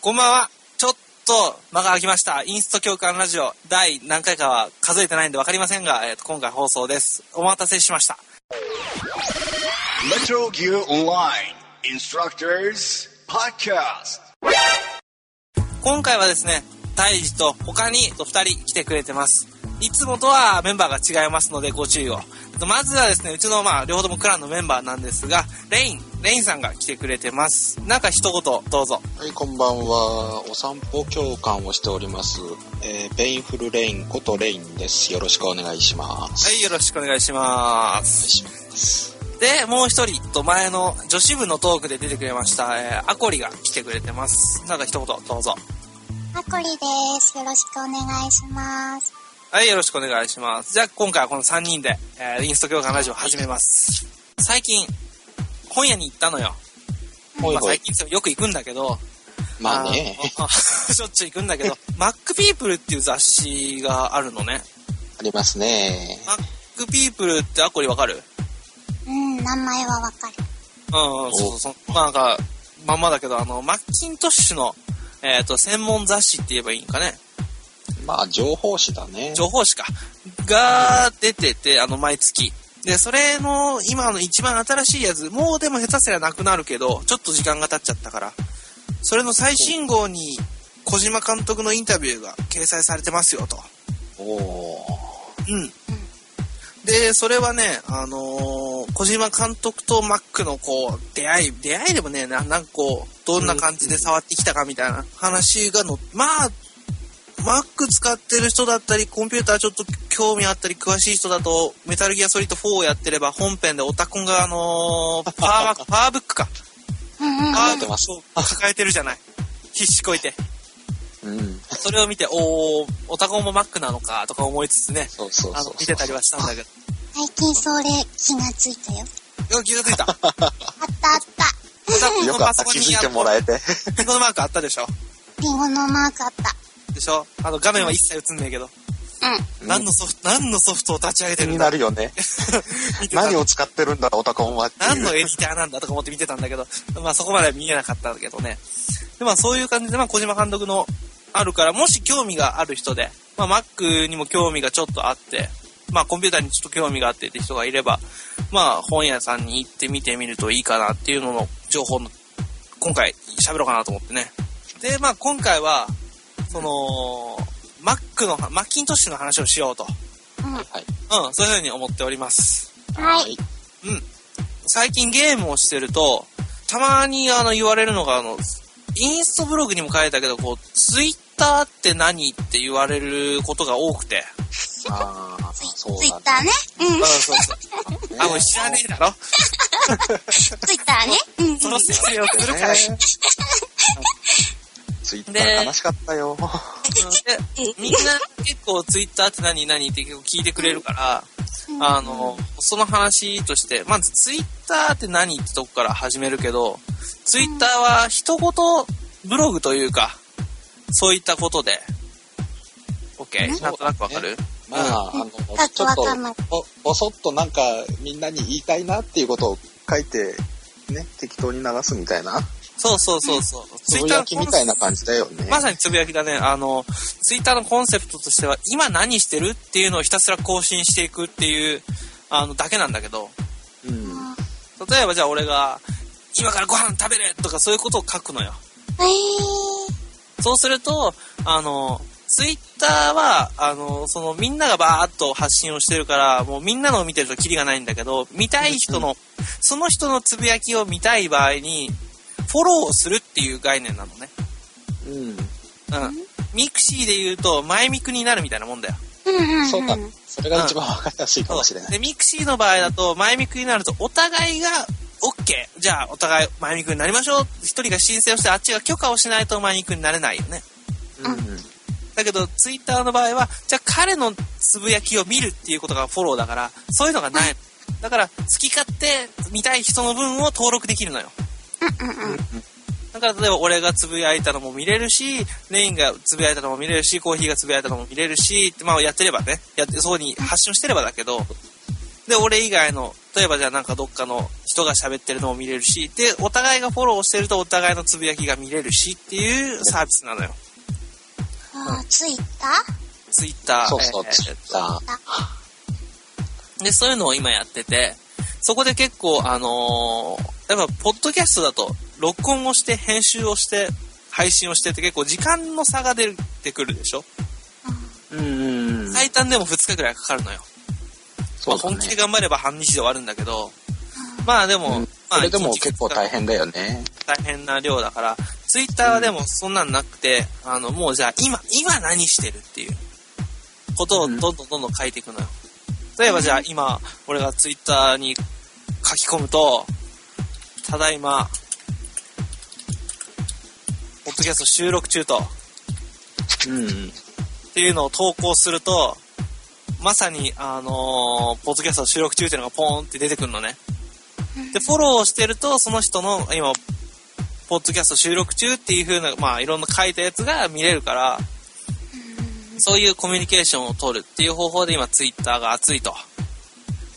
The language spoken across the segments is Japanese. こんばんは。ちょっと間が空きました。インスト教官ラジオ第何回かは数えてないんで分かりませんが、えーと今回放送です。お待たせしました。 Metal Gear Online Instructors Podcast. 今回はですね、大治と他に2人来てくれてます。いつもとはメンバーが違いますのでご注意を。まずはですね、うちのまあ両方ともクランのメンバーなんですが、レイン、レインさんが来てくれてます。なんか一言どうぞ。はい、こんばんは。お散歩教官をしております。えーペインフルレインことレインです。よろしくお願いします。はい、よろしくお願いします。お願いします。で、もう一人と前の女子部のトークで出てくれました、えー、アコリが来てくれてます。なんか一言どうぞ。あこりです。よろしくお願いします。はい、よろしくお願いします。じゃあ今回はこの3人で、えーインスト教科のラジオを始めます。最近、本屋に行ったのよ。ほいまあほい最。近よく行くんだけど、まあね、あの しょっちゅう行くんだけど、マックピープルっていう雑誌があるのね。ありますね。マックピープルってアコリわかるうん、名前はわかる。うん、そうそうそう。まあなんか、まんまだけど、あの、マッキントッシュの、えっ、と、専門雑誌って言えばいいんかね。まあ、情報誌だね。情報誌か。が出てて、あの、毎月。で、それの、今の一番新しいやつ、もうでも下手すりゃなくなるけど、ちょっと時間が経っちゃったから。それの最新号に、小島監督のインタビューが掲載されてますよ、と。おおうん。で、それはね、あのー小島監督とマックのこう、出会い、出会いでもねえな、なんかこう、どんな感じで触ってきたかみたいな話がの、まあ、マック使ってる人だったり、コンピューターちょっと興味あったり、詳しい人だと、メタルギアソリッド4をやってれば、本編でオタコンがあのーパワー バ、パワーブックか。うんうん。パワー考えブてッますクを抱えてるじゃない。必死こいて。ー。うん。それを見て、おー、オタコンもマックなのか、とか思いつつね、そうそうそうあのそう。、見てたりはしたんだけど。最近それ気がついたよ。よく気がついた。 あったあった。よ よかった、気づいてもらえ て。リンゴのマークあったでしょリンゴのマークあった。でしょあの、画面は一切映んねえけど。うん。何のソフト、何のソフトを立ち上げて気るにんだなる よね。見てた何を使ってるんだ、オタコンはっていう。何のエディターなんだとか思って見てたんだけど、 まあそこまでは見えなかったけどね。で、まあそういう感じで、まあ小島監督のあるから、もし興味がある人で、まあ Mac にも興味がちょっとあって、まあコンピューターにちょっと興味があってって人がいれば、まあ本屋さんに行って見てみるといいかなっていうのの情報の、今回喋ろうかなと思ってね。で、まあ今回は、その、Mac の、マッキントッシュの話をしようと。はい。うん、そういうふうに思っております。はい。最近ゲームをしてると、たまにあの言われるのが、あの、インストブログにも書いたけど、こう、ツイッターって何って言われることが多く て。ああ、そうツイなッんだターね。うん。そうそう。あ、もう知らねえだろツイッターね。うんうん。その説明をするから。 ね ツイッター悲しかったよ。でみんな結構ツイッターって何何って結構聞いてくれるから、あの、その話として、まずツイッターって何ってとこから始めるけど、ツイッターは一言ブログというか、そういったことで、OK? なんとなくわかるまあ、あの、だっちてょわっとかんない、ぼ、ぼそっとなんか、みんなに言いたいなっていうことを書いて、ね、適当に流すみたいな、そうそうそうそう。つぶやきのみたいな感じだよね。まさにつぶやきだね。あの、ツイッターのコンセプトとしては、今何してるっていうのをひたすら更新していくっていう、あの、だけなんだけど、うん。例えばじゃあ俺が、今からご飯食べるとかそういうことを書くのよ。えー。そうすると、あの、ツイッターは、あの、そのみんながバーッと発信をしてるから、もうみんなのを見てるとキリがないんだけど、見たい人の、その人のつぶやきを見たい場合に、フォローをするっていう概念なのね。うん。うん。ミクシーで言うと、前ミクになるみたいなもんだよ。うんうんうん。そうだね。それが一番わかりやすいかもしれない。で、ミクシーの場合だと、前ミクになると、お互いが、OK! じゃあ、お互い前ミクになりましょう一人が申請をして、あっちが許可をしないと前ミクになれないよね。うん。だけど、ツイッターの場合は、じゃあ彼のつぶやきを見るっていうことがフォローだから、そういうのがない。だから、好き勝手見たい人の分を登録できるのよ。だから、例えば俺がつぶやいたのも見れるし、レインがつぶやいたのも見れるし、コーヒーがつぶやいたのも見れるし、まあやってればね、やって、そこに発信をしてればだけど、で、俺以外の例えばじゃあなんかどっかの人が喋ってるのも見れるし、で、お互いがフォローしてるとお互いのつぶやきが見れるしっていうサービスなのよ。あー、ツイッタツイッター。そうそうえ、ーツイッター。で、そういうのを今やってて、そこで結構、あのーやっぱ、ポッドキャストだと、録音をして、編集をして、配信をしてって結構時間の差が出てくるでしょ、うん。最短でも2日くらいかかるのよ。そうだ本気でね。頑張れば半日で終わるんだけど、まあでも、うんまあそれでも結構大変だよね。大変な量だから、ツイッターはでもそんなんなくて、あの、もうじゃあ今、今何してるっていうことをうどんんどんどんどん書いていくのよ。例えばじゃあ今、俺がツイッターに書き込むと、ただいま、ポッドキャスト収録中と、うん。っていうのを投稿すると、まさに、あのーポッドキャスト収録中っていうのがポーンって出てくるのね。で、フォローをしてると、その人の、今、ポッドキャスト収録中っていう風な、まあ、いろんな書いたやつが見れるから、そういうコミュニケーションを取るっていう方法で今、ツイッターが熱いと。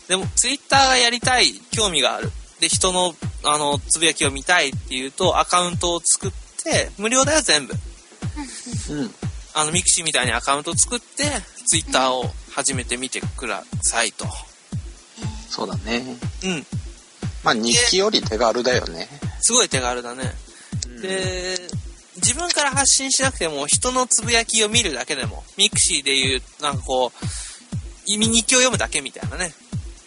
でも、ツイッターがやりたい、興味がある。で、人の、あの、つぶやきを見たいっていうと、アカウントを作って、無料だよ、全部。うん。あの、ミクシーみたいにアカウント作って、ツイッターを始めてみてくださいと。そうだね。うん。まあ日記より手軽だよね。すごい手軽だね。で、自分から発信しなくても、人のつぶやきを見るだけでも、ミクシーでいう、なんかこう、い日記を読むだけみたいなね。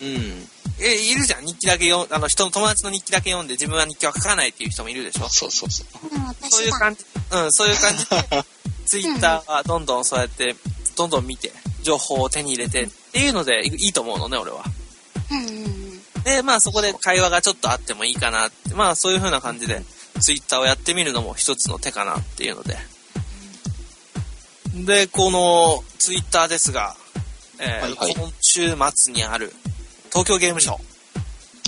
うん。え、いるじゃん。日記だけ読ん、あの、人の友達の日記だけ読んで、自分は日記は書かないっていう人もいるでしょ。そうそうそう。ーうん、そうい私うだ。感じ、うん、そういう感じで、ツイッターはどんどんそうやって、どんどん見て、情報を手に入れてっていうのでいいと思うのね、俺は。うんうんうん。で、まあそこで会話がちょっとあってもいいかなって、まあそういう風な感じで、ツイッターをやってみるのも一つの手かなっていうので。で、このツイッターですが、えーはいはい今週末にある東京ゲームショウ。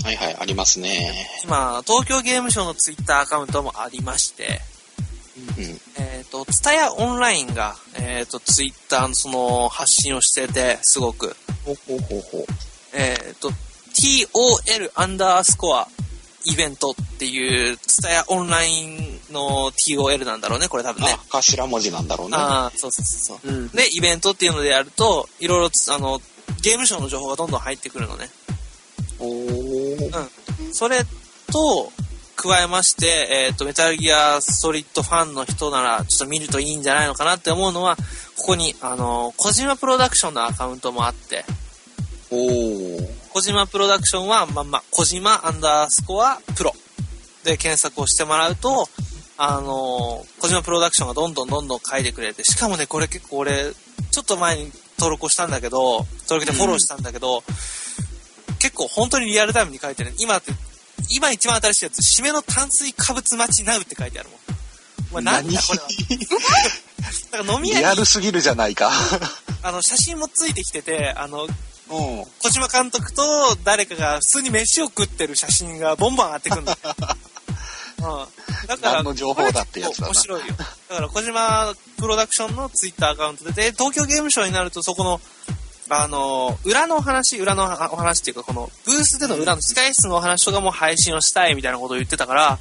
はいはい、ありますね。今、東京ゲームショウのツイッターアカウントもありまして、うん。えっ、と、ツタヤオンラインが、えっ、と、ツイッターのその発信をしてて、すごく、ほうほうほうほう。えっ、と、tol アンダースコアイベントっていう、ツタヤオンラインの tol なんだろうね、これ多分ねあ。、頭文字なんだろうね。ああ、そうそうそうそう、うんで、イベントっていうのでやると、いろいろつ、あの、ゲームショーの情報がどんどん入ってくるのね。おーそれと、加えまして、えっ、と、メタルギアソリッドファンの人なら、ちょっと見るといいんじゃないのかなって思うのは、ここに、あの、小島プロダクションのアカウントもあって、おー小島プロダクションはまんま、小島アンダースコアプロで検索をしてもらうと、あのー小島プロダクションがどんどんどんどん書いてくれて、しかもね、これ結構俺、ちょっと前に登録をしたんだけど、登録でフォローしたんだけど、結構本当にリアルタイムに書いてる。今って、今一番新しいやつ、締めの炭水化物待ちなうって書いてあるもん。お前なんだ何これは。なんか飲み リ屋アにルすぎるじゃ ないか。あの写真もついてきてて、あの、うん。うん。小島監督と誰かが普通に飯を食ってる写真がボンボン上がってくる んだよ。うん、だから何の情報だってやつだな面白いよだから小島プロダクションのツイッターアカウントでで東京ゲームショウになるとそこのあの裏のお話裏のお話っていうかこのブースでの裏の控え室のお話とかも配信をしたいみたいなことを言ってたから、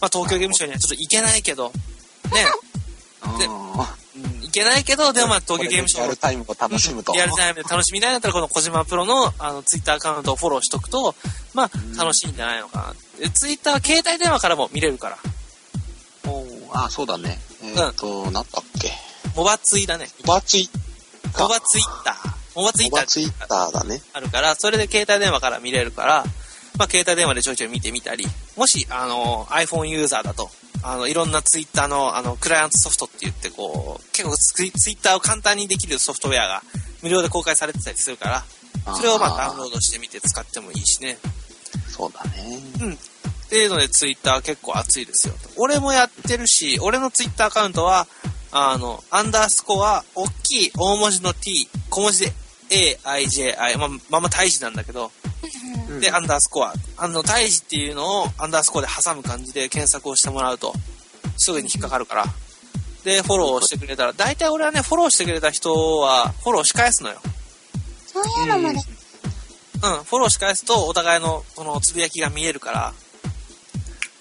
まあ、東京ゲームショウにはちょっと行けないけどね、でうん、行けないけどでもまあ東京ゲームショこれでリアウルタイムを楽しむと。リアルタイムで楽しみたいんだったら、この小島プロのあのツイッターアカウントをフォローしとくと、まあ、楽しいんじゃないのかな。でツイッターは携帯電話からも見れるから。おーあ、そうだね。えっ、と、なんだっけ。モバツイだね。モバツイッター。モバツイッター。モバツイッモタバツイーッターだね。あるから、それで携帯電話から見れるから、まあ、携帯電話でちょいちょい見てみたり、もし、あの、iPhone ユーザーだと、あの、いろんなツイッターの、あの、クライアントソフトって言って、こう、結構ツイツイッターを簡単にできるソフトウェアが無料で公開されてたりするから、それをまあ、ダウンロードしてみて使ってもいいしね。そうだね。うん。っていうので、ツイッター結構熱いですよ。俺もやってるし、俺のツイッターアカウントは、あの、アンダースコア、大きい大文字の t、小文字で a, i, j, i、まあ、まんま大字なんだけど、で、アンダースコア、あの、大字っていうのをアンダースコアで挟む感じで検索をしてもらうと、すぐに引っかかるから。で、フォローをしてくれたら、大体俺はね、フォローしてくれた人は、フォローし返すのよ。そういうのもできうん、フォローし返すと、お互いの、この、つぶやきが見えるから。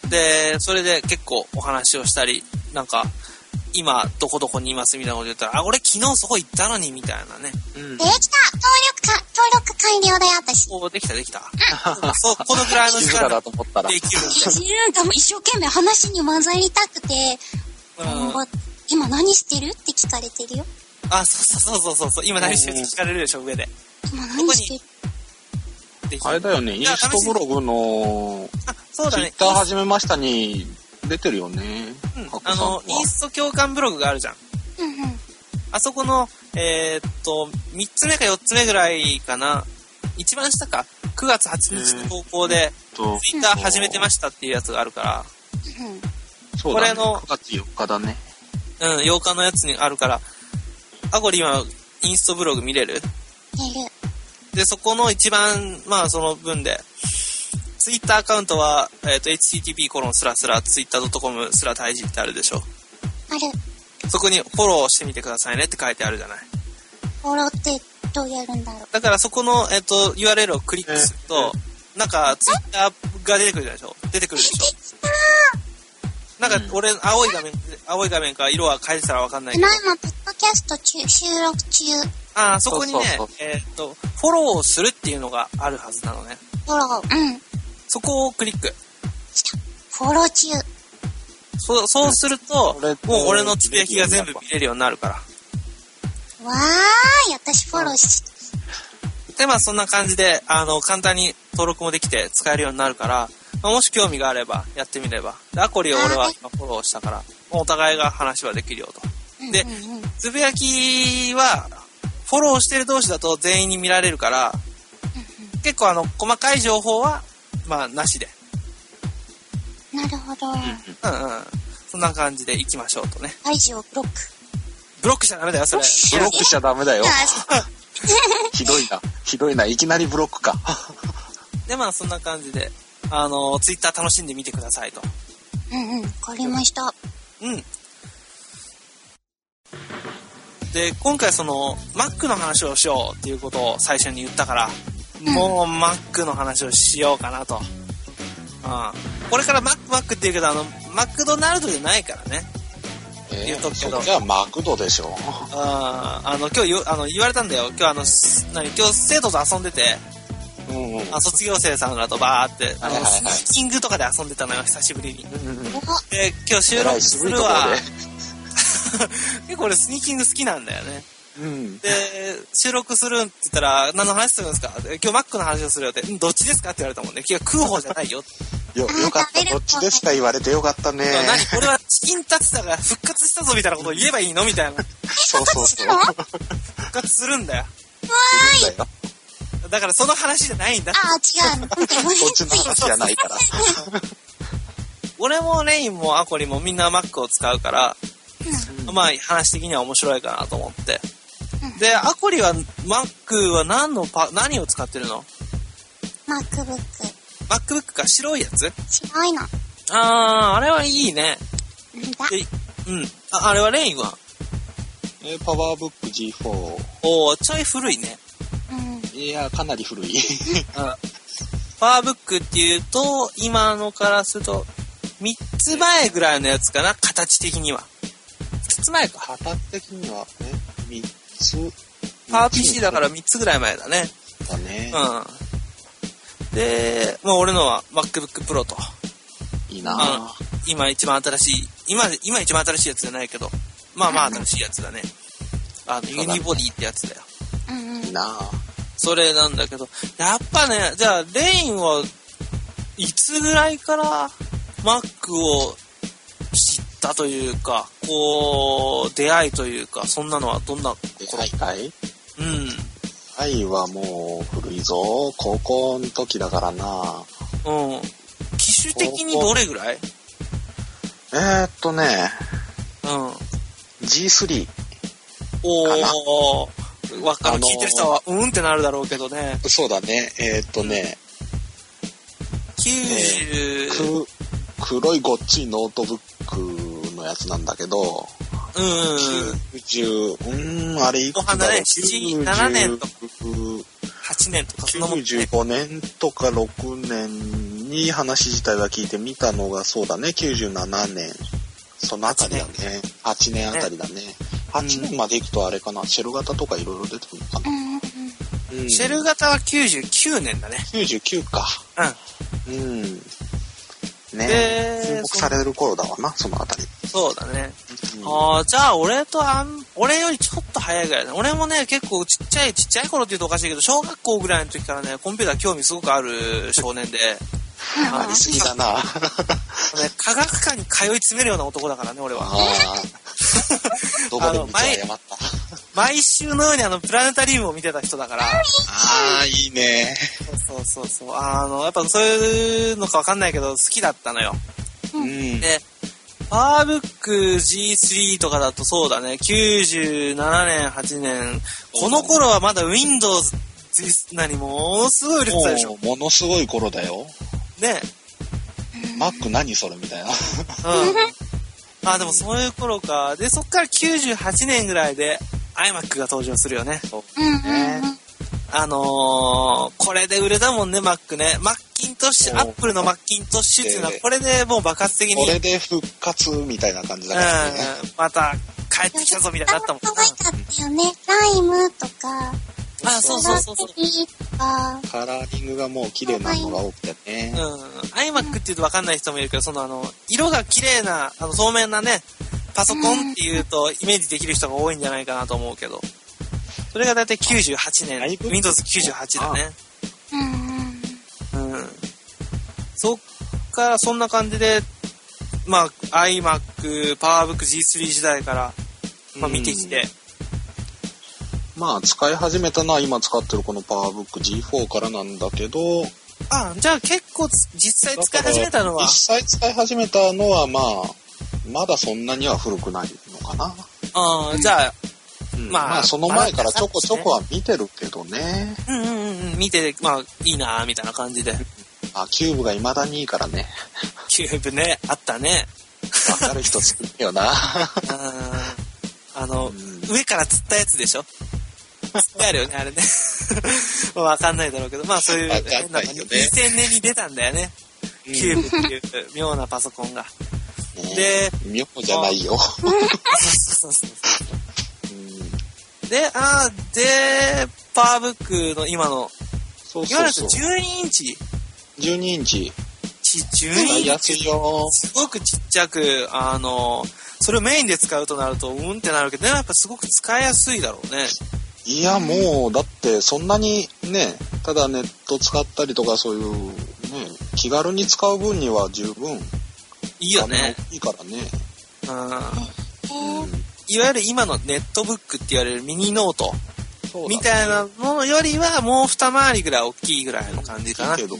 で、それで結構お話をしたり、なんか、今、どこどこにいますみたいなこと言ったら、あ、俺昨日そこ行ったのに、みたいなね。うんで。きた登録か、登録完了だよ、私。おできたできた。そう、このぐらいの時静間かでだと思ったら。できる。自分がもう一生懸命話に混ざりたくて、うん。今何してるって聞かれてるよ。あ、そうそうそうそうそう。今何してるって聞かれるでしょ、上で。今何してるできるあれだよね、インやストブログの、あ、そうだツイねッ。ター始めましたに出てるよね。うんハコさあんはの、インスト共感ブログがあるじゃん。うんうん。あそこの、えーっと、3つ目か4つ目ぐらいかな。一番下か。9月8日の投稿で、と、ツイッター始めてましたっていうやつがあるかうんそうだね。これの9月4日だね。ら、うん、8日のやつにあるから、アゴリ今、インストブログ見れる寝る。で、そこの一番、まあ、その分で、ツイッターアカウントは、えーっ、と、http コロンスラスラ、ツイッター .com スラ大事ってあるでしょ。ある。そこにフォローしてみてくださいねって書いてあるじゃない。フォローってどうやるんだろう。だからそこの、えっと、URL をクリックすると、なんか、ツイッターが出てくるでしょ出てくるでしょなんか、俺、青い画面、青い画面か色は変えてたらわかんないたけど、だいま、ポッドキャスト中収録中、ああ、そこにねそうそう、えっと、フォローをするっていうのがあるはずなのね。フォロー、うん、そこをクリック。した。フォロー中。そう、そうするとこれ、もう俺のつぶやきが全部見れるようになるから。わーい、私フォローし、で、まあそんな感じで、あの、簡単に登録もできて使えるようになるから、まあ、もし興味があればやってみれば。で、アコリを俺は今フォローしたから、お互いが話はできるよと。うんでうんうん、つぶやきは、フォローしてる同士だと全員に見られるから、結構あの、細かい情報は、まあ、なしで。なるほど。うんうん。そんな感じで行きましょうとね。愛情ブロック。ブロックしちゃダメだよ、それ。ブロックしちゃダメだよ。あひどいな。ひどいな。いきなりブロックか。で、まあ、そんな感じで、あの、ツイッター楽しんでみてくださいと。うんうん、わかりました。うん。で、今回その、Mac の話をしようっていうことを最初に言ったから、もう Mac の話をしようかなと。うん。これから Mac、Mac って言うけど、あの、マクドナルドじゃないからね。え言うとくー、けそどっちはマクドでしょ。うん。あの、今日よあの言われたんだよ。今日あの、す何、今日生徒と遊んでて、うんうん。あの卒業生さんらとバーって、あの、はいはいはいスニーキングとかで遊んでたのよ、久しぶりに。おで、今日収えら録いす渋いるとこわ。ろ 結構俺スニーキング好きなんだよね。で。うん。で、収録するって言ったら、何の話するんですかで今日マックの話をするよって、んどっちですかって言われたもんね。いや、食う方じゃないよ。よ、よかっあー食た。べるどっちですか言われてよかったね。何俺はチキンタツタが復活したぞみたいなことを言えばいいのみたいな。そうそうそう。復活復活するんだよ。いるんだよだからその話じゃないんだ。あー、違うの。うんこっちの話じゃないから。俺もレインもアコリもみんなマックを使うから、まあ話的には面白いかなと思って。で、アコリはマックは何のパ、何を使ってるの MacBook。 ?MacBook か白いやつ白いの。なんだ。あー、あれはいいね。あでうん。あ、あれはレインはえーパワーブック G4。おー、ちょい古いね。うん。いや、かなり 古い。パワーブックっていうと、今のからすると、3つ前ぐらいのやつかな、形的には。2つ前か。型的には、え、三つ。パワー PC だから3つぐらい前だね。だね。うん。で、まあ俺のは MacBook Pro と。いいなあぁ。今一番新しい、今、今一番新しいやつじゃないけど、まあまあ新しいやつだね。あの、うだユねニボディってやつだよ。うんうん。いいなぁ。それなんだけど、やっぱね、じゃあ、レインはいつぐらいから Mac を知ったというか、こう、出会いというか、そんなのはどんな、でかいかいうん、愛はもう古いぞ。高校の時だからな。うん。機種的にどれぐらいえー、っとね、うん。 G3。おー、わかる。あのー聞いてる人は、うんってなるだろうけどね。そうだね。えー、っとね、 90、く、黒いごっついノートブックのやつなんだけど、うん、 90、うーん、あれいくつだお花ろうね7年とか。 98年とか、そんなもん、ね。 95年とか6年に話自体は聞いてみたのがそうだね97年そのあたりだね8年あたりだね8年まで行くとあれかなシェル型とかいろいろ出てくるのかな、うんうん。うん、シェル型は99年だね。 99かうん。うんねで注目される頃だわなそのあたり、そうだね。うんああ、じゃあ俺とあん、俺よりちょっと早いぐらいだね。俺もね、結構ちっちゃい、ちっちゃい頃って言うとおかしいけど、小学校ぐらいの時からね、コンピューター興味すごくある少年で、ありすぎだなね、科学館に通い詰めるような男だからね、俺は。あー どこで道を誤った毎週のようにあの、プラネタリウムを見てた人だから、ああーいいねそうそうそう、あの、やっぱそういうのかわかんないけど、好きだったのよ。うんで、パワーブック G3 とかだとそうだね、97年、8年、この頃はまだ Windows、何ものすごい売れてたでしょも。うものすごい頃だよね。 Mac 何それみたいなうん。あ、でもそういう頃か。で、そっから98年ぐらいで iMac が登場するよね。うんうんうん。あのー、これで売れたもんね、Mac ね。マッキントッシュ、そう Apple のマッキントッシュっていうのはで、これでもう爆発的に、こうれん、で復活みたいな感じだからね。また帰ってきたぞみたいになったもん可愛かったよね。ライムとか、な。あ、そうそうそうそう。ラズベリーとか、カラーリングがもう綺麗なのが多くてねう。ん。iMac って言うと分かんない人もいるけど、そのあの、色が綺麗な、あの、透明なね、パソコンっていうと、イメージできる人が多いんじゃないかなと思うけど。それがだいたい98年だい、ぶ Windows98 だね。うんうん。うん。そっから、そんな感じで、まあ、iMac、PowerBook G3 時代から、まあ見てきて、まあ使い始めたのは今使ってるこの PowerBook G4 からなんだけど、あ、じゃあ結構つ実際使い始めたのは、実際使い始めたのはまあ、まだそんなには古くないのかな。あーじゃあ、うんまあまあその前からちょこちょこは見てるけどね。うんうんうんうん、見て、まあ、いいなーみたいな感じで。あ、キューブが未だにいいからね。キューブね、あったね。わかる人作る よな。あーあの、うん上から釣ったやつでしょ釣ってあるよね、 あれね。わかんないだろうけど、まあそういう、わかんないよねなんか2000年に出たんだよね。キューブっていう妙なパソコンが。ねで、妙じゃないよ。そうそうそうそうんうで、あーで、パワーブックの今の、そう今その人うそう。 12インチ12インチ。ち使 ?12 いインやチすいよ。すごくちっちゃく、あの、それをメインで使うとなると、うんってなるけど、でもやっぱすごく使いやすいだろうね。いや、もう、だって、そんなにね、ただネット使ったりとか、そういう、ね、気軽に使う分には十分、いいよね。いいからね。うん。えうー、んいわゆる今のネットブックって言われるミニノートそうだねみたいなものよりはもう二回りぐらい大きいぐらいの感じかなけ。ど、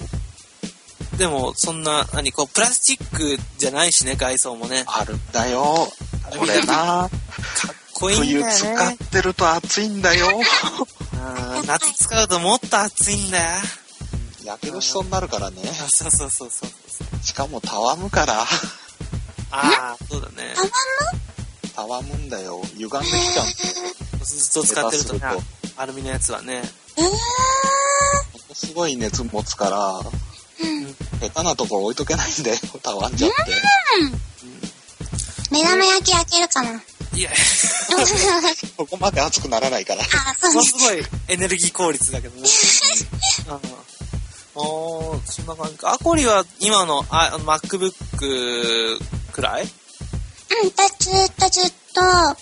でもそんな、何、こうプラスチックじゃないしね、外装もね。かあるんだよ。これな、っこいいん冬だよ使っね。てると暑いんだよ。うん夏使うともっと暑いんだよ。やけどしそうになるからね。あそうそうそうそう。しかも、たわむから、ああ、そうだね。たまたわむんだよ。歪んできちゃうんだよ。ずっと使ってるとね下手する、アルミのやつはね。んうものすごい熱持つから、下手なところ置いとけないんだよ。たわんじゃって。ーん。目玉焼き焼けるかな。いや、そこまで熱くならないから。あ、そものうね。すご いエネルギー効率だけどね。あのあーそんな感じか。アコリは今のああの MacBook くらいうん、だずっとずっと、あ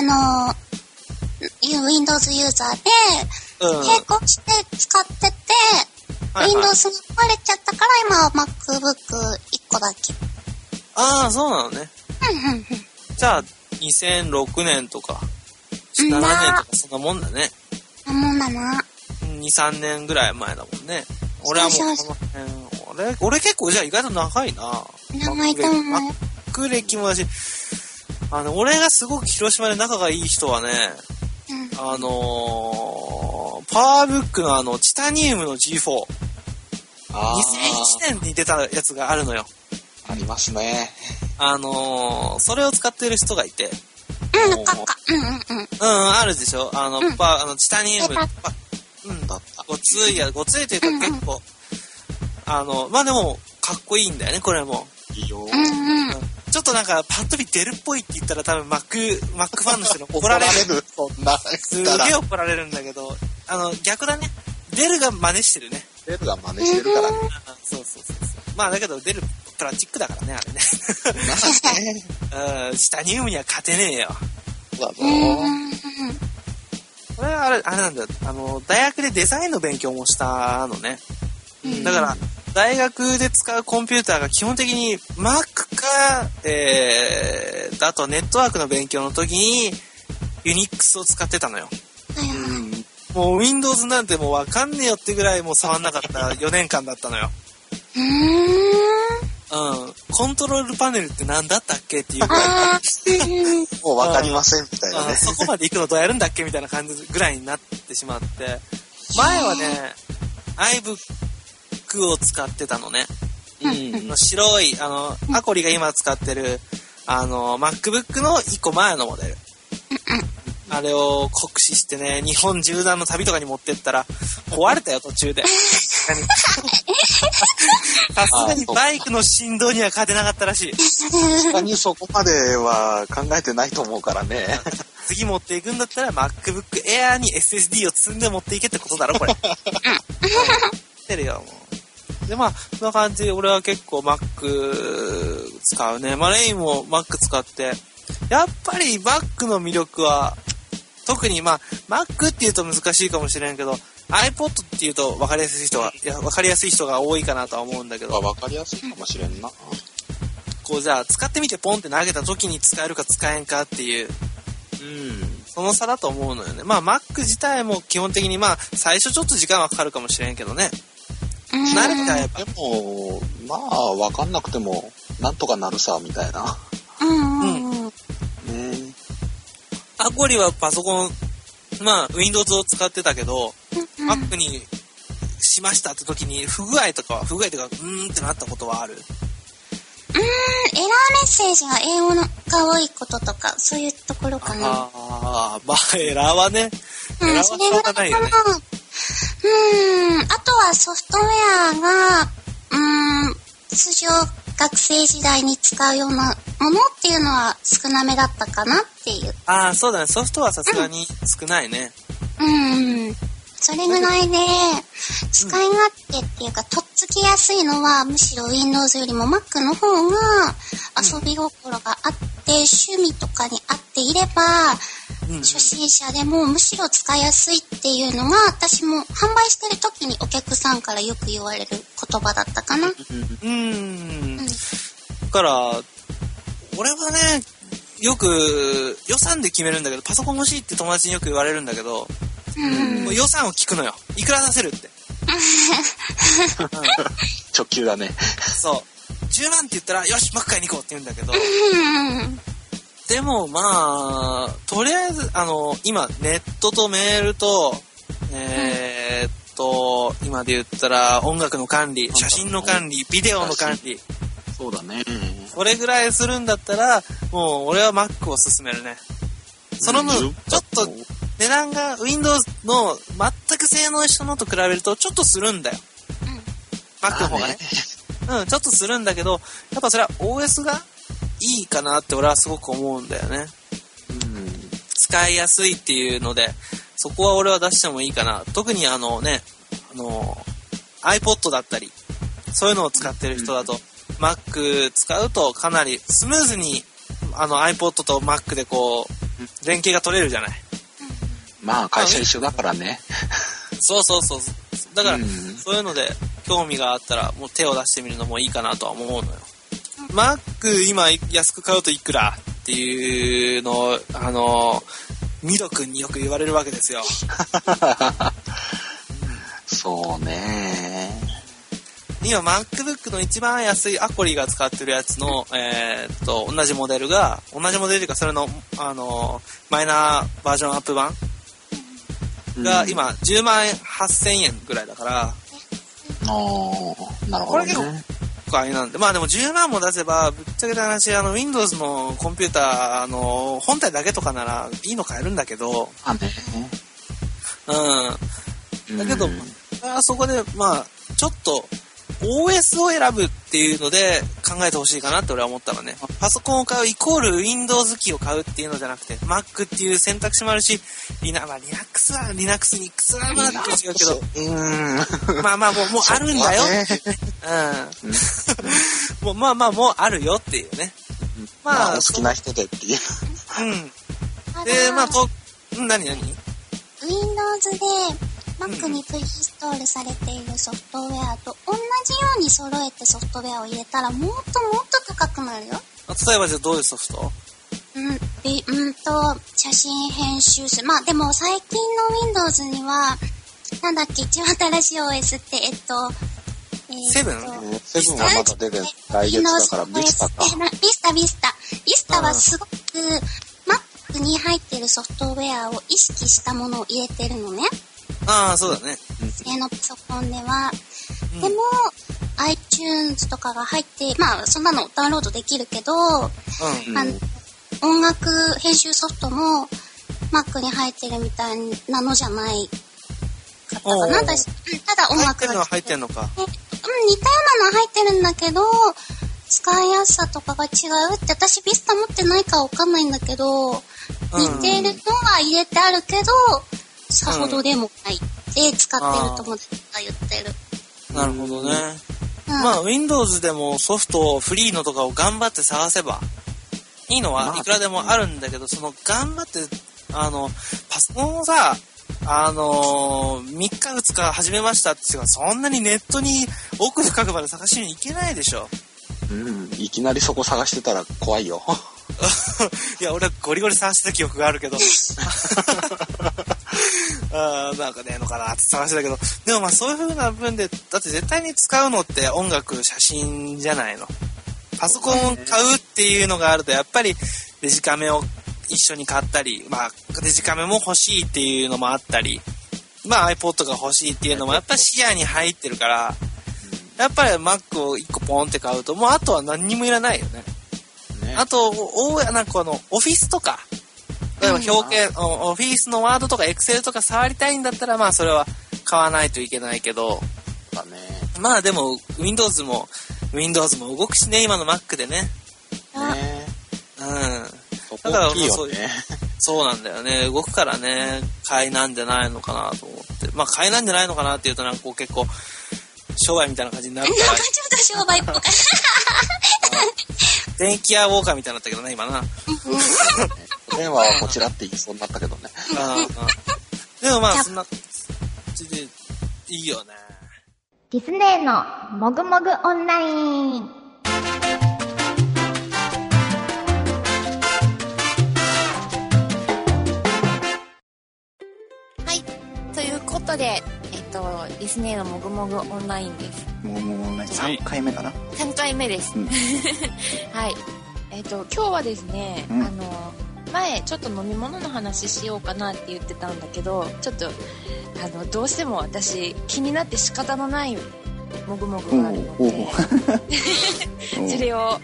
の、Windows ユーザーで、うん。並行して使ってて、はいはい Windows に壊れちゃったから今は MacBook1 個だけ。ああ、そうなのね。うんうんうん。じゃあ、2006年とか、7う年とんなかそんなもんだね。なもんだな。 2、3年ぐらい前だもんね。俺はもうそうこその辺、俺、俺結構じゃあ意外と長いな。長いと思う Mac 歴もだし、あの、俺がすごく広島で仲がいい人はね、うん。あのー、パワーブックのあの、チタニウムの G4。あ2001年に出たやつがあるのよ。ありますね。あのー、それを使ってる人がいて。うん、かっか。うんうんうん。うん、あるでしょあの、うんパあのチタニウム出たパうんだった。ごついや、ごついというかうんうん結構、あの、まあでも、かっこいいんだよね、これも。いいよ。うんうん。うんちょっとなんか、パッと見出るっぽいって言ったら多分、マック、マックファンの人に怒られる。る。そんな。すたげえら、怒られるんだけど、あの、逆だね。出るが真似してるね。レルが真似してるからね。うんそうそうそうそう。まあだけど、出るプラスチックだからね、あれね。まあね。うん、チタニウムには勝てねえよ。そうだぞ。うんうんうん。これはあれ、あれなんだよ。あの、大学でデザインの勉強もしたのね。うんだから、大学で使うコンピューターが基本的に Mac か、えー、だとネットワークの勉強の時に Unix を使ってたのよ。はいはいうん。もう Windows なんてもうわかんねえよってぐらいもう触んなかった4年間だったのよ。うーん。うん。コントロールパネルって何だったっけっていうぐらい。あー。もうわかりません、みたいあなね。そこまで行くのどうやるんだっけみたいな感じぐらいになってしまって。前はね、iBook を使ってたのね。うんの白い、あの、アコリが今使ってる、あの、MacBook の一個前のモデル。あれを酷使してね、日本縦断の旅とかに持ってったら、壊れたよ、途中 で。さすがにバイクの振動には勝てなかったらしい。確かにそこまでは考えてないと思うから ね。次持っていくんだったら MacBook Air に SSD を積んで持っていけってことだろこれ。てるよもう。でまあそんな感じで俺は結構 Mac 使うね。まあレインも Mac 使って。やっぱり Mac の魅力は特にまあ Mac っていうと難しいかもしれんけど iPod っていうと分かりやすい人が、いや分かりやすい人が多いかなとは思うんだけど、わかりやすいかもしれんな。こうじゃあ使ってみてポンって投げた時に使えるか使えんかっていううん。その差だと思うのよね。まあ、Mac 自体も基本的に、まあ、最初ちょっと時間はかかるかもしれんけどね。うん慣れちゃえば。でも、まあ、わかんなくても、なんとかなるさ、みたいな。うんうんうん。ねアコリはパソコン、まあ、Windows を使ってたけど、うんうん Mac にしましたって時に、不具合とかは、不具合とか、うーんってなったことはある。エラーメッセージは英語のが多いこととか、そういうところかな。ああ、まあ、エラーはね、エうラーはん、しそょれぐうらがいなかいな。ようね。ん、あとはソフトウェアが、うん、通常学生時代に使うようなものっていうのは少なめだったかなっていう。ああ、そうだね。ソフトはさすがに少ないね。うん。それぐらいで、使い勝手っていうか、とっつきやすいのは、むしろ Windows よりも Mac の方が遊び心があって、趣味とかに合っていれば、うん。初心者でもむしろ使いやすいっていうのが、私も販売してる時にお客さんからよく言われる言葉だったかな。うーん。うんだから、俺はね、よく予算で決めるんだけど、パソコン欲しいって友達によく言われるんだけど、うん。もう予算を聞くのよ。いくら出せるって。直球だね。そう。10万って言ったら、よし、マック買いに行こうって言うんだ けど、うん。でもまあ、とりあえず、あの、今、ネットとメールと、えーっと、今で言ったら、音楽の管理、写真の管理、ビデオの管理、そうだね。これぐらいするんだったら、もう俺は Mac を勧めるね。その分、ちょっと値段が Windows の全く性能一緒のと比べるとちょっとするんだよ。Mac の方がね。うん、ちょっとするんだけど、やっぱそれは OS がいいかなって俺はすごく思うんだよね。うん。使いやすいっていうので、そこは俺は出してもいいかな。特にあのね、あの、iPod だったり、そういうのを使ってる人だと、Mac 使うとかなりスムーズに、あの iPod と Mac でこう、連携が取れるじゃない。まあ、会社一緒だからね。そうそうそう。だから、うんそういうので、興味があったら、もう手を出してみるのもいいかなとは思うのよ。マック、今、安く買うといくらっていうのを、あの、ミド君によく言われるわけですよ。そうね。今、MacBook の一番安いアコリが使ってるやつの、えーっと、同じモデルが、同じモデルというか、それの、あの、マイナーバージョンアップ版が、うん今、10万8000円ぐらいだから、ああ、なるほどね。これ結あれなんで、まあでも10万も出せば、ぶっちゃけた話、あの、Windows のコンピューター、あの、本体だけとかならいいの買えるんだけど、まあね。うん。だけど、うんあそこで、まあ、ちょっと、OS を選ぶっていうので考えてほしいかなって俺は思ったのね。パソコンを買うイコール Windows 機を買うっていうのじゃなくて、Mac っていう選択肢もあるし、リナ、まあ Linux は Linux、Nix はまあ違うけど、うーん。まあまあもうもうあるんだよ。うん。 もうまあまあもうあるよっていうね。 ままあ、あ、お好きな人でっていう。そううん。ただで、まあ、と、うん何何 Windows で Mac にプリインストールされているソフトウェアと同じように揃えてソフトウェアを入れたらもっともっと高くなるよ。例えばじゃあどういうソフトうん、でうんと、写真編集する。まあでも最近の Windows には、なんだっけ、一番新しい OS って、えっと、えーセブンセブンはまだ出て来月だから、ビスタか。えなビスタ、ビスタ。ビスタはすごく、Mac に入ってるソフトウェアを意識したものを入れてるのね。ああ、そうだね。性のパソコンでは。うんでも、iTunes とかが入って、まあ、そんなのダウンロードできるけど、うん。あの音楽編集ソフトも Mac に入ってるみたいなのじゃないかったかおーな。私うんただ音入っ楽てるのは入ってる。んのか。えうん、似たようなのは入ってるんだけど、使いやすさとかが違うって、私ビスタ持ってないからわかんないんだけど、似てるのは入れてあるけど、さほどでもないって使ってる友達が言ってる。なるほどね。うん、まあ、Windows でもソフト、フリーのとかを頑張って探せば、いいのまあはいくらでもあるんだけど、その、頑張って、あの、パソコンをさ、あのー、3日2日始めましたって人が、そんなにネットに奥深くまで探しに行けないでしょ。うん。いきなりそこ探してたら怖いよ。 いや、俺はゴリゴリ探してた記憶があるけど。 あーなんかねえのかなって探してたけど。でもまあそういう風な分で、だって絶対に使うのって音楽、写真じゃないの。パソコンを買うっていうのがあると、やっぱりデジカメを一緒に買ったり、まあデジカメも欲しいっていうのもあったり、まあ iPod が欲しいっていうのもやっぱり視野に入ってるから、やっぱり Mac を1個ポンって買うと、もうあとは何にもいらないよね。ねあと、おおなんかこの、オフィスとか、例えば表現、おオフィスのワードとかエクセルとか触りたいんだったら、まあそれは買わないといけないけど、だね。まあでも、Windows も、Windows も動くしね、今の Mac でね。あねうん。そこだから大きいそよう ね。そうなんだよね。動くからね、買いなんじゃないのかなと思って。まあ買いなんじゃないのかなっていうとなんかこう結構、商売みたいな感じに なるなんかか ちょっと商売っぽかった。ら、電気屋ウォーカーみたいになったけどね、今な。電話はこちらって言いそうになったけどね。うんうんでもまじあゃあそんな感じで、いいよね。ディスネイのもぐもぐオンライン。はい。ということで、えっと、リスネーのもぐもぐオンラインです。もうもうもう3回目かな、 3回目です。 うんはい。えっと、今日はですね、うんあの、前、ちょっと飲み物の話しようかなって言ってたんだけど、ちょっと、あの、どうしても私、気になって仕方のないもぐもぐがあるのおうおうで、 うんそれを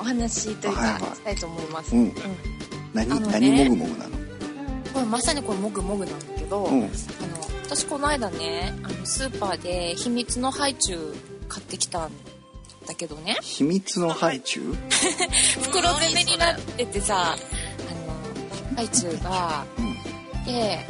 お話しというはいか、はいしたいと思います。うんうん何、あのね何もぐもぐなのこれまさにこれもぐもぐなんだけど、うんあの私この間ねあのスーパーで秘密のハイチュウ買ってきたんだけどね秘密のハイチュウ袋詰めになっててさあのハイチュウがうんで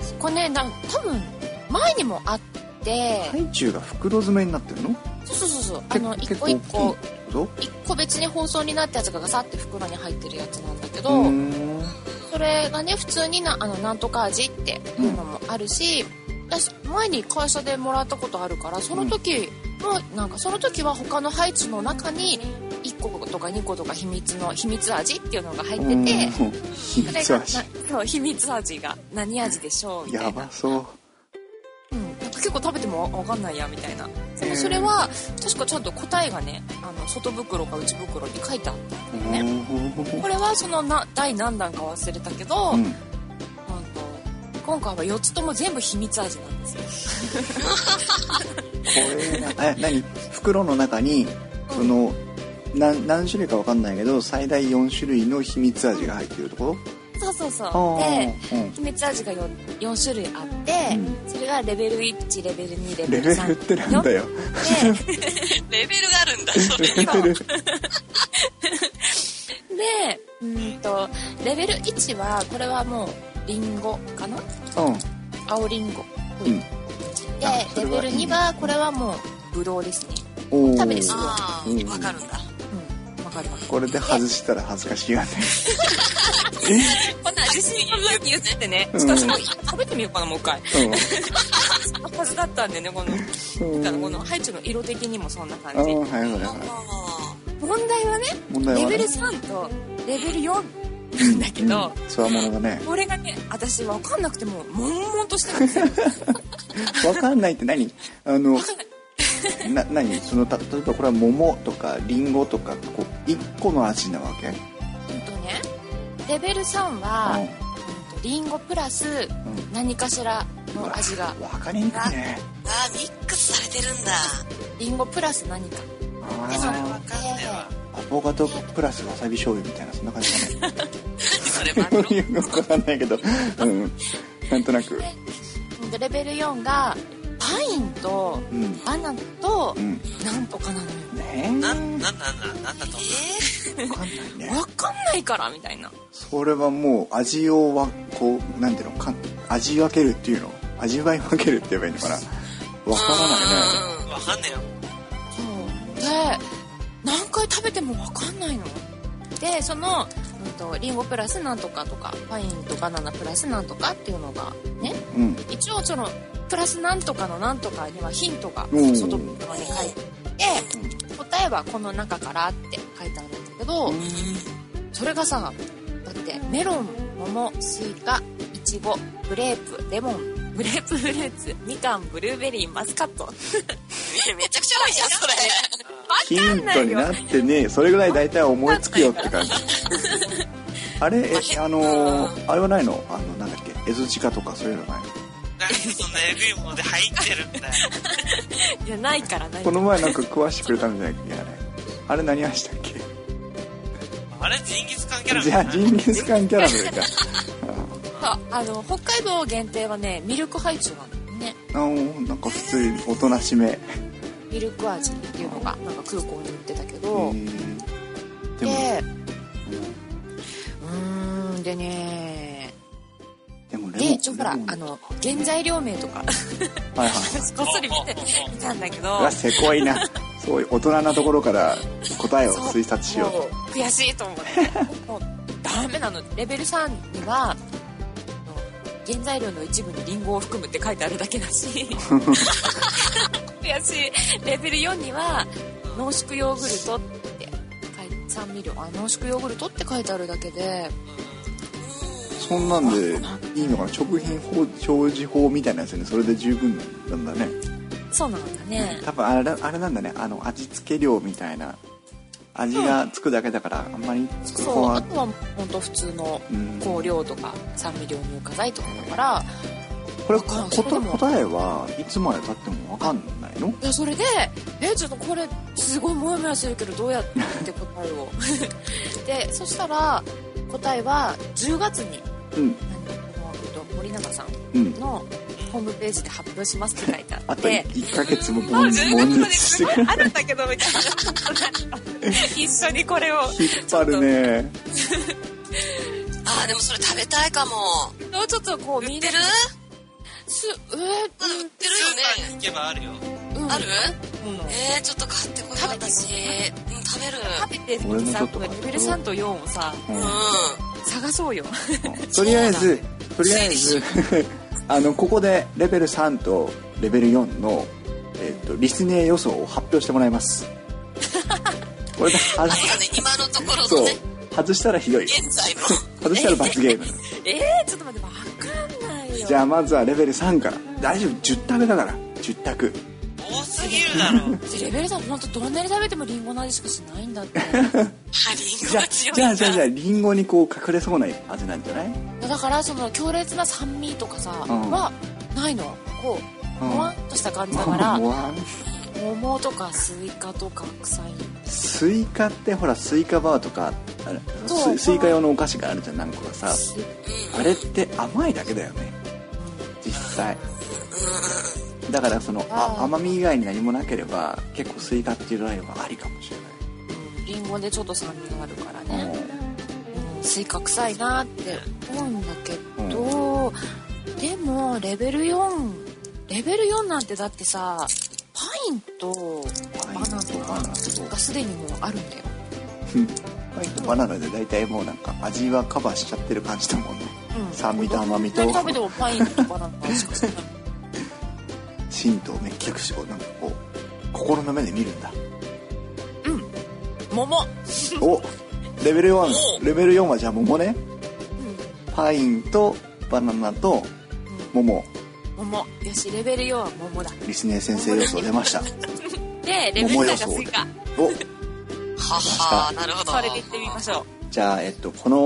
そこねなん多分前にもあって、ハイチュウが袋詰めになってるのそうそうそうそうあの一結個構大一きいっ個てこ一個別に包装になったやつがガサって袋に入ってるやつなんだけとど、うーんそれがね普通になあのなんとか味っていうのもあるし、私前に会社でもらったことあるからその時も、なんかその時は他の配置の中に1個とか2個とか秘密の秘密味っていうのが入ってうて、ん秘それ密がな味そう秘密味が何味でしょうみたやいなばそううん、なんか結構食べても分かんないやみたいなうでんもそれは確かちゃんと答えがねあの外袋か内袋に書いてあったねこれはそのな第何弾か忘れたけど、うんなんと今回は4つとも全部秘密味なんですよこれなえ何袋の中にその何何種類かわかんないけど最大4種類の秘密味が入ってるところそうそうそあうでー鬼滅味が 4, 4種類あって、うそれがレベル1レベル2レうんベレルベ3ルってなんだよ。でレベルがあるんだ、それレには。ベル。でうーんとレベル1はこれはもうリンゴかなうん。青リンゴ、うんであそレれはいいベル2はこれはもうブドウですねおー食べてすぐああ、うんわかるんだ。わかるわかるこれで外したら恥ずかしいよね。こんな自信の分言ってね。うんちょっと食べてみようかな、もう一回。うそんなはずだったんでね、この、ん。うん。だあからこのハイチュウの色的にもそんなー感はじ。いあはいはあ問題はねい。問題レはベねル。3とレベル4なん だけど、うん、つわものがね。これがね私分かんなくてもう悶々としてるん ですよわかんないって何あの、な、何その、た例えばこれは桃とかリンゴとか、こう、一個の味なわけほんとねレベル3は、うんとリンゴプラスうん。うん何かしらの味がわかりにくいね。あ、ミックスされてるんだ。リンゴプラス何かでそれあかんないわあ。アボカドプラスわさび醤油みたいな、そんな感じだね。 それマグロ。よ くわかんないけど、うん、なんとなく。うんとレベル4がパインとうん、バナナとうん。ねなんとかなのよなえ、ん、なんだ、なんだ、なんだと。わかんないね。分かんないからみたいなそれはもう味をわ、こう、なんていうの、かん味分けるっていうの、味わい分けるって言えばいいのかな。わからないね。うんわかんねえよ。そうで何回食べても分かんないのでその、うん、とリンゴプラスなんとかとかパインとバナナプラスなんとかっていうのがねうん、一応そのプラスなんとかのなんとかにはヒントがうん外側に書いてあって答えはこの中からって書いてあるんだけどそれがさだってメロン桃スイカイチゴグレープレモングレープフルーツみかんブルーベリーマスカット めちゃくちゃ多いじゃん、それ。ヒントになってね、それぐらい大体思いつくよって 感じ。あれ、え、あのーあれはないのあの、なんだっけ、エゾジカとかそういうのないのなんでそんなエグいもので入ってる んだよ。いやないからないこの前なんか食わしてくれたんじゃないっけあれ。あれ何味したっけあれ、ジンギスカンキャラメルじゃあ、ジンギスカンキャラ メルか。ああの北海道限定はねミルクハイチュウなのねあーなんか普通におとなしめ。ミルク味っていうのがなんか空港に売ってたけうど、んででも、うーんでねでもレモでン。一応ほらレモンあ、の原材料名とか はいはい。こっそり見て見たんだけどうわ、せこいな。そういう大人なところから答えを推察しようもと。う悔しいと思ってもうダメなのレベル3にはあの原材料の一部にリンゴを含むって書いてあるだけ だし悔しいレベル4には濃縮ヨーグルトって書いて酸味料あ濃縮ヨーグルトって書いてあるだけでそんなんで、いいのかな食品法、表示法みたいなやつね。それで十分なんだね。そうなんだね、多分あれ、あれなんだね。あの、味付け量みたいな。味がつくだけだから、あんまり、そこそうあは、とは本当普通のうん香料とか酸味料乳化剤とかだからこれ、わかんないこと答えはいつまで経ってもわかんないのいやそれでえちょっとこれすごいモヤモヤするけどどうやって答え をでそしたら答えは10月にうん。あのえっと森永さうんん。のホームページで発表しますって書いてああっとて1ヶ月ももう悶10日月まですしてごくいれるあるんだけど、みたいな。 一緒にこれを。引っ張るねああ、でもそれ食べたいかも。もうちょっとこう見出れるすうん売ってるよスーパーね。に行けばあるよ。えーうんあるうんえー、ちょっと買ってこよう私。うん、食べる。食べてる俺時もちょさっとレベル3と4をさうんう探そうよとりあえずとりあえず あのここでレベル3とレベル4の、えっとリスネー予想を発表してもらいますこれで外ん。そうね、今のところそのうね、外したらひどいよ現在の。 外したら罰ゲーム えー、ちょっと待ってわかんないよじゃあまずはレベル3から大丈夫10択だから10択多すぎるだ ろ。レベル3本当どんなに食べてもリンゴの味しかしないんだっ てハリンゴじがゃあ強いじゃあな。じゃあじゃあリンゴにこう隠れそうな味なんじゃない、うん、だからその強烈な酸味とかさ、うんはないのこうもわっとした感じだかもらうわー桃とかスイカとか臭いよスイカってほらスイカバーとかあれそうススイカ用のお菓子があるじゃん何個かさうんあれって甘いだけだよね実際だからそのああー甘み以外に何もなければ結構スイカっていうラインはありかもしれうんリンゴでちょっと酸味があるからない、ね、うんスイカ臭いなって思うんだけど、でもレベル4レベル4なんてだってさパインとバナナとパインとバナかナとがすでにもうあるんだよパインとバナナで大体もうなんか味はカバーしちゃってる感じだもんねうん酸味と甘みとどんなに食べてもパインとバナナしかしない神道滅却しをなんかこう心の目で見るんだ桃おレベルお1レベル4はじゃあ桃ねパインとバナナと桃桃よしレベル4は桃だリスネー先生予想出ましたで、レベル桃3予が想スイカ。はおはなるほど。それでいってみましょうじゃあえっとこの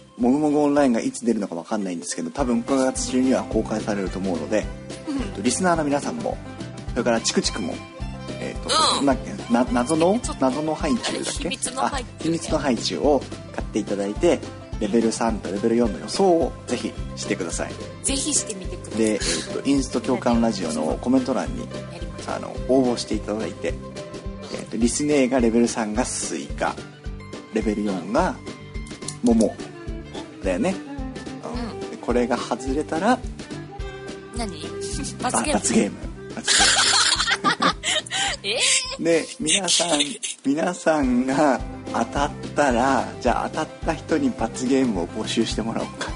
「もぐもぐオンライン」がいつ出るのかわかんないんですけど多分9月中には公開されると思うので、えっとリスナーの皆さんもそれからチクチクもえっと、うんなんだっけな謎の謎のハイチュウだっけ秘密のハイチュウあ秘密のハイチュウを買っていただいてレベル3とレベル4の予想をぜひしてくださいぜひしてみてくださいで、えっとインスト共感ラジオのコメント欄にやりましょあの応募していただいて、えっとリスネーがレベル3がスイカレベル4が桃だよね、うんでこれが外れたらう何あ罰ゲーム罰ゲーム罰ゲーム で皆さん皆さんが当たったらじゃあ当たった人に罰ゲームを募集してもらおうか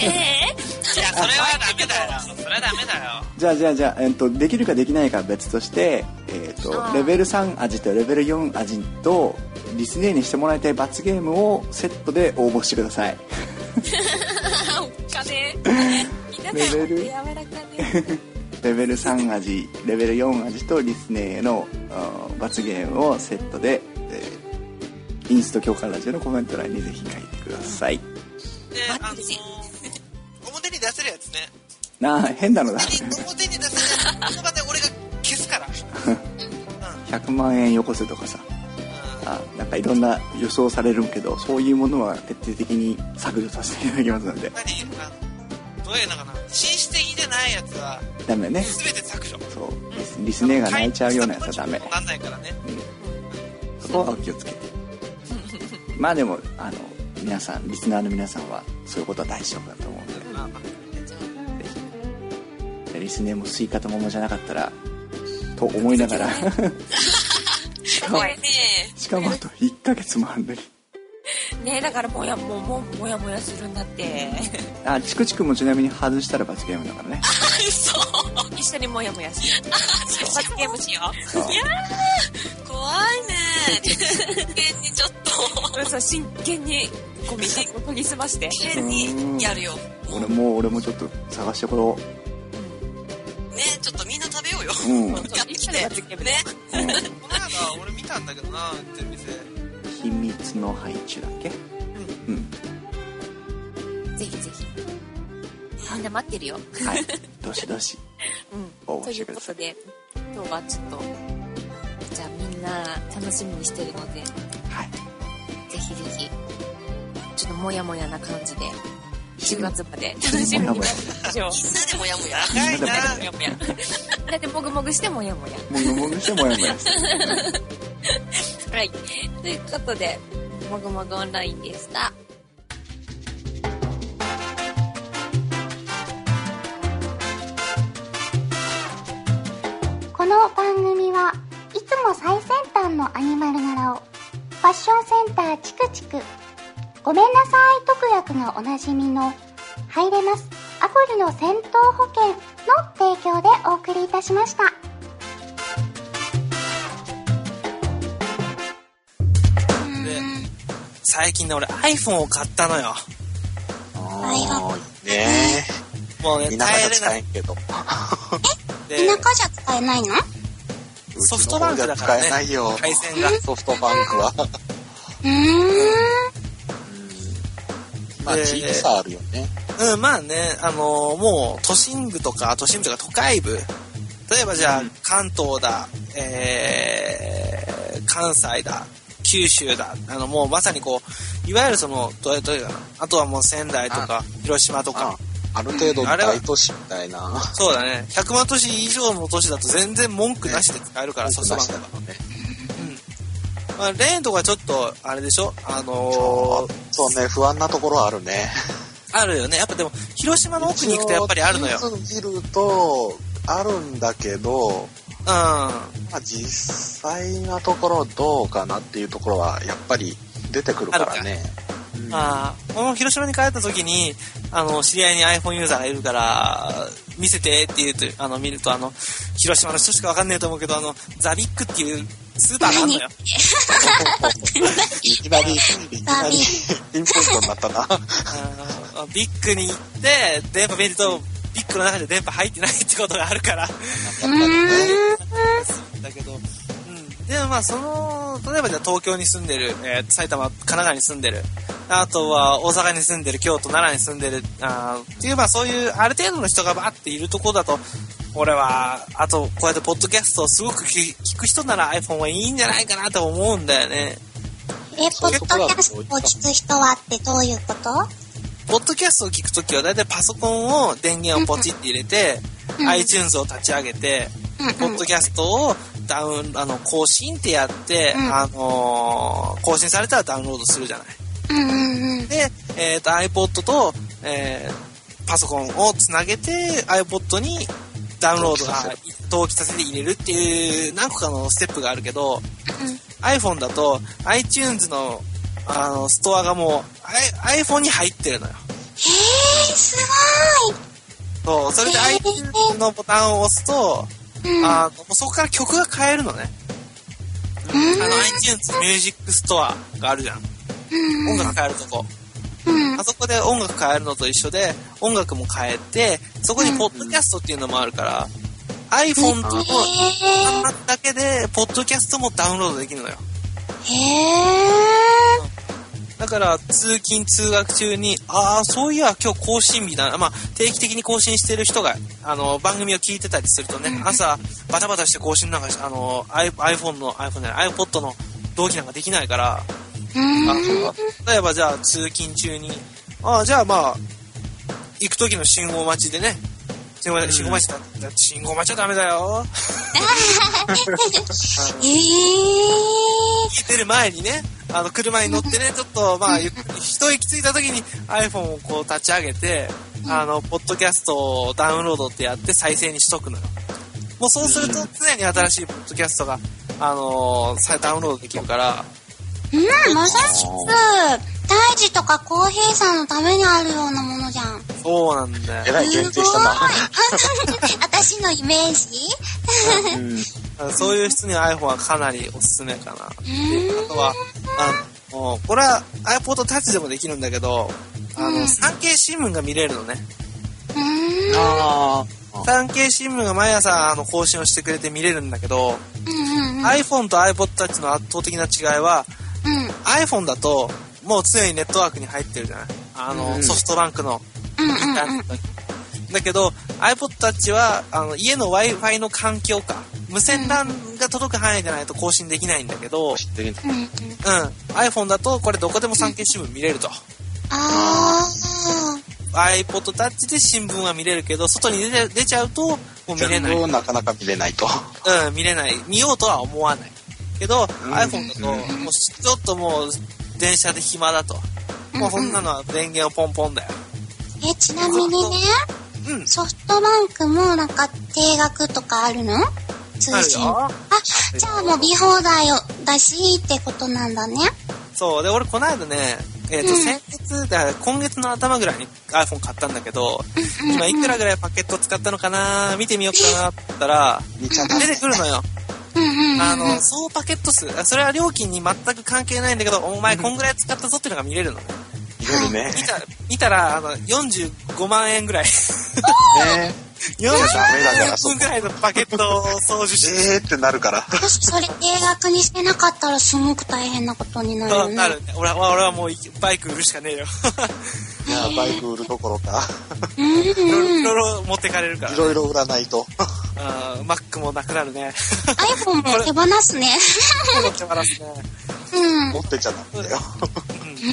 いや、それはダメだよ。それはダメだよ。じゃあじゃあじゃあ、えっと、できるかできないかは別として、えっとあーレベル3味とレベル4味とリスネーにしてもらいたい罰ゲームをセットで応募してくださいあ、おっかね 皆レさん、ベル柔らかね。レベル3味レベル4味とリスネーへのあー罰ゲームをセットで、えーインスト教科ラジオのコメント欄にぜひ書いてくださいで、あのー、表に出せるやつね。なあ変なのだ表に出せるやつ、その場で俺が消すから。 100万円よこせとかさあなんかいろんな予想されるけどそういうものは徹底的に削除させていただきますので何あのどういうのかな紳士的でないやつはダメね全て削除そうリスリスネーが泣いちゃうようなやつはダメなんないからねそこはお気をつけてまあでもあの皆さんリスナーの皆さんはそういうことは大丈夫だと思うのまあまあででリスネーもスイカと桃じゃなかったらと思いな がらしかもこれね、しかもあと1ヶ月もあるのにねだからもやもももやもやするん だってあチクチクもちなみに外したら罰ゲームだからね嘘。一緒にもやもやする罰ゲームしよそう怖いね。真剣にちょっと、うそう真剣にゴミ箱研ぎ澄まして真剣にやるよ。ね、俺も俺もちょっと探してこよちょっとみんな食べようよ。ううんやってきて。ね。この間俺見たんだけどなって店秘密の配置だっけうん、ぜひぜひみんな待ってるよはいどしどしう応んと募していうくだこさといで今日はちょっとじゃあみんな楽しみにしてるのではいぜひぜひちょっともやもやな感じで10月まで一楽緒にしみもやにもやましょうみんなでもやもや。長いなもやもや だってもぐもぐしてもやもやもぐもぐしてもやもやしてるはいということでもぐもぐオンラインでしたこの番組はいつも最先端のアニマル柄をファッションセンターチクチクごめんなさい特約がおなじみの入れますアプリの戦闘保険の提供でお送りいたしましたで最近ね俺 iPhone を買ったのよあーねもうね耐え田舎じえゃれ使なえいんけどで田舎じゃ使えないの ソフトバンクだからねうちの方じゃ使えないよ回線がソフトバン クはうーまあで小さあるよねうんまあねあのーもう都心部とか都心部とか都会部例えばじゃあ関東だ、えー関西だ、九州だ、あの、もうまさにこう、いわゆるその、どうやどうやかな。あとはもう仙台とか、広島とかあ、ある程度うんあれは大都市みたいな。そうだね、100万都市以上の都市だと全然文句なしで使えるから、ソフトバンクは。ね。まあ、レーンとかちょっと、あれでしょあのーそうね、不安なところはあるね。あるよね。やっぱでも、広島の奥に行くとやっぱりあるのよ。うん。一応地図見ると、あるんだけど、あまあ、実際のところどうかなっていうところはやっぱり出てくるからね。うんーこの広島に帰った時に、あの、知り合いに iPhone ユーザーがいるから、見せてって言うと、あの、見ると、あの、広島の人しかわかんねえと思うけど、あの、ザビックっていうスーパーがあるのよ。いきなり、いきなり、ピンポイントになったな。あのビッグに行って、電波見ると、ビッグの中で電波入ってないってことがあるから。うーん。だけど、うん、でもまあその例えばじゃあ東京に住んでる、えー埼玉神奈川に住んでるあとは大阪に住んでる京都奈良に住んでるあーっていうまあそういうある程度の人がバーっているところだと俺はあとこうやってポッドキャストをすごく聞聞く人なら iPhone はいいんじゃないかなと思うんだよねえ、ポッドキャストを聞く人はってどういうことポッドキャストを聞くときは大体パソコンを電源をポチって入れて、うん iTunes を立ち上げて、うんうんポッドキャストをダウン、あの、更新ってやって、うんあのー更新されたらダウンロードするじゃない。うんうんうん。で、えっ、と、iPod と、えーパソコンをつなげて、iPod にダウンロードが同期させて入れるっていう何個かのステップがあるけど、iPhone だと iTunes のあのストアがもうアイ iPhone に入ってるのよ。へえ、すそう、それでへー iTunes のボタンを押すと、ごい。うん。あのもうそこから曲が変えるのね。あの iTunes ミュージックストアがあるじゃん。音楽変えるとこ。うん。あそこで音楽変えるのと一緒で、音楽も変えて、そこにポッドキャストっていうのもあるから、iPhone と へ iPad だけで、ポッドキャストもダウンロードできるのよ。え。へえ。だから、通勤、通学中に、ああ、そういや、今日更新日だな。まあ、定期的に更新してる人が、あの、番組を聞いてたりするとね、朝、バタバタして更新なんかし、あの、I- iPhone の、iPhone じゃない iPod の同期なんかできないから、うん。あ例えばじゃあ通勤中に、ああ、じゃあまあ、行く時の信号待ちでね、信号信号待ちだ、だって信号待ちはダメだよ。ええ。出る前にね、あの、車に乗って ね、ちょっとまあ、ゆっくり一息ついた時に iPhone をこう立ち上げて、あの、ポッドキャストをダウンロードってやって再生にしとくのよ。もうそうすると常に新しいポッドキャストが、あのーさダウンロードできるから、うん、まさしく、大事とか公平さんのためにあるようなものじゃん。そうなんだよえ。らい限定したな。すごい 私のイメー ジうんそういう人には iPhone はかなりおすすめかな。うでーんあとは、あの、これは iPod Touch でもできるんだけど、あうの、ん産経新聞が見れるのね。うーんあ産経新聞が毎朝、あの、更新をしてくれて見れるんだけど、うんうんうん iPhone と iPod Touch の圧倒的な違いは、iPhone だと、もう常にネットワークに入ってるじゃないあの、ソフトバンクのうんインターネットに。だけど、iPod Touch は、あの、家の Wi-Fi の環境か、無線 LAN が届く範囲じゃないと更新できないんだけど、あ、知ってるんだうんうんうん、iPhone だとこれどこでも産経新聞見れると。あー iPod Touch で新聞は見れるけど、外に出て出ちゃうともう見れ全ない。部うをなかなか見れないと。ん、見れない。見ようとは思わない。けど、iPhone だと、うんもうちょっともう電車で暇だと。もうそんなのは電源をポンポンだよ。えちなみにねうん、ソフトバンクもなんか定額とかあるのあ通る信あよ。じゃあもう見放題をだしってことなんだねそう。で、俺この間ね、えっ、と、うん先月、だから今月の頭ぐらいに iPhone 買ったんだけど、今いくらぐらいパケット使ったのかな見てみようかなって言ったら、見ちゃった。出てくるのよ。うんうんあの、総パケット数、あそれは料金に全く関係ないんだけど、お前こんぐらい使ったぞっていうのが見れるのね。見れるね。見た見たら、あの、45万円ぐらい。 ね45ダメだから、そこ分。ぐらいのパケットを掃除して、えーってなるから。もしそれ定額にしてなかったらすごく大変なことになるよとねなるね。俺は、俺はもうバイク売るしかねえよ。いや、バイク売るどころか。うんうんいろいろ持ってかれるからい。ろいろ売らないと。うん Mac もなくなるね。 iPhone も手放 すね。戻って笑すね。うん。持ってちゃダメだよ。で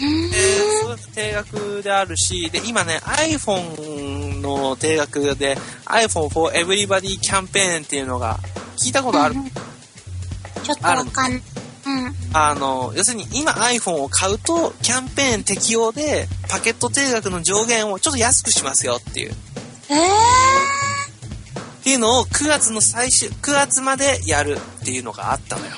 そう定額であるし、で、今ね、iPhone の定額で iPhone for Everybody キャンペーンっていうのが聞いたことある。ちょっとわかんない。うん。あの、要するに今 iPhone を買うとキャンペーン適用でパケット定額の上限をちょっと安くしますよっていう。えー、っていうのを9月の最終、9月までやるっていうのがあったのよ。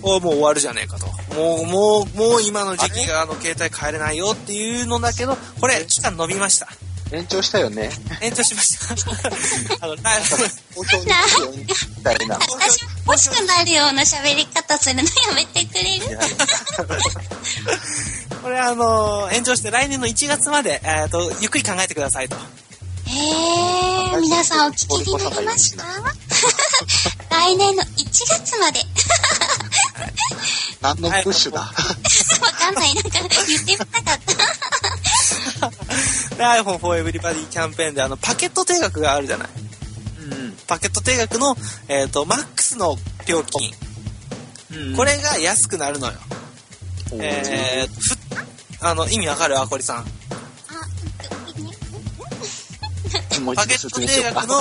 おもう終わるじゃねえかと。もう、もう、もう今の時期があの携帯変えれないよっていうのだけど、これ期間伸びました。延長したよね。延長しま した。あの、来公表にするようにみたいな。私欲しくなるような喋り方するのやめてくれるこれあの、延長して来年の1月まで、えっ、と、ゆっくり考えてくださいと。えー、皆さんお聞きになりました来年の1月まで。何のプッシュだ。わかんない。なんか言ってみたかった。で、iPhone for Everybody キャンペーンで、あの、パケット定額があるじゃない。パケット定額の、えっ、と、マックスの料金。嗯これが安くなるのよ。えー、ふあの、意味わかるあこりさん。もうパ一ケ度ット説明定しようか額の。、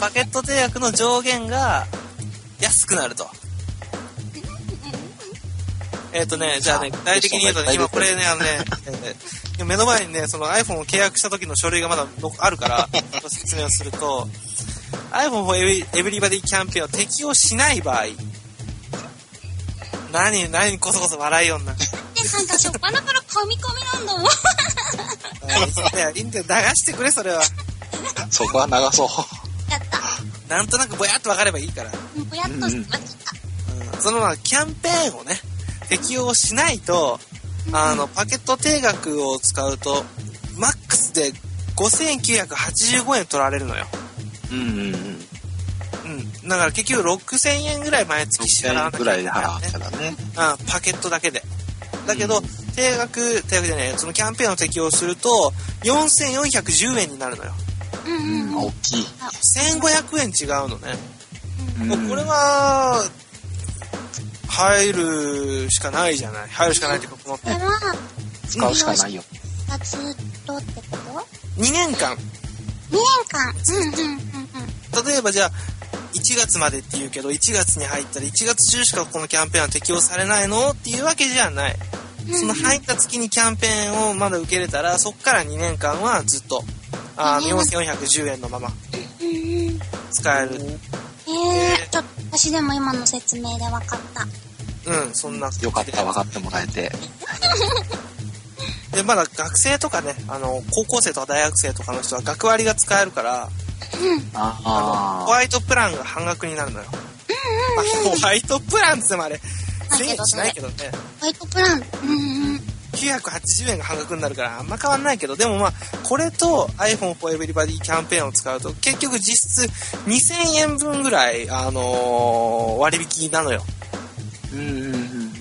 パケット定額の上限が安くなると。えっ、とね、じゃあね、具体的に言うとね、今これね、 あのね、えー目の前にね、その iPhone を契約した時の書類がまだのあるから、説明をすると、iPhone for Every- Everybody キャンペーンを適用しない場合、何、何、こそこそ笑いよん な。で、なんかしょっぱなから噛み込みなんだもん。いや、いいんだよ、流してくれ、それは。そこは流そう。やった。なんとなくぼやっと分かればいいから。ぼやっとしてました。うんそのまあキャンペーンをね、適用しないと、あの、パケット定額を使うと、マックスで5985円取られるのよ。うんうんうん。うん。だから結局6000円ぐらい毎月支払わなきゃぐらいでな払らっねた。らね。うん、パケットだけで。だけど、うん定額、定額じゃない、そのキャンペーンを適用すると、4410円になるのよ。うんうん。大きい。 1500円違うのね。嗯もうこれうんは、入るしかないじゃない。入るしかないっていうか、このこれは、使うしかないよ。がずっとってこと2年間 ?2 年間。うんうんうんうん。例えばじゃあ1月までって言うけど1月に入ったら1月中しかこのキャンペーンは適用されないのっていうわけじゃないその入った月にキャンペーンをまだ受けれたらそっから2年間はずっとあー4410円のまま使えるえー、ちょっと私でも今の説明で分かった。うんそんなよかった、分かってもらえて。でまだ学生とかねあの高校生とか大学生とかの人は学割が使えるからあホあ。ワイトプランが半額になるのよ、まあホワイトプランっつってもあれ1000円しないけどねホワイトプラン。うんうん。 980円が半額になるからあんま変わんないけど、でもまあ、これと iPhone for Everybody キャンペーンを使うと、結局実質2000円分ぐらい、あのー割引なのよ。うんうんうん。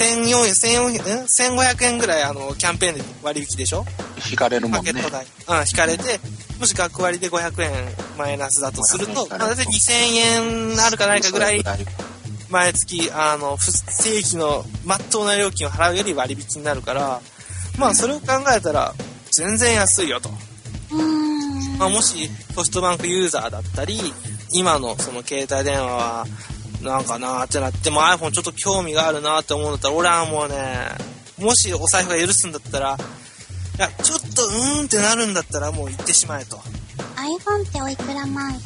1400 1400ん1500円ぐらい、あのーキャンペーンで割引でしょ引かれるもパんケねッ。ト代。うん、引かれて、もし学割で500円マイナスだとすると、 500ま円あ、だいたい2000円あるかないかぐらい、毎月、あの、不正規の真っ当な料金を払うより割引になるから、まあ、それを考えたら、全然安いよと。まあ、もし、ソフトバンクユーザーだったり、今のその携帯電話は、なんかなーってなって、も iPhone ちょっと興味があるなーって思うんだったら、俺はもうね、もしお財布が許すんだったら、いや、ちょっとうーんってなるんだったら、もう行ってしまえと。 iPhone っておいくら万円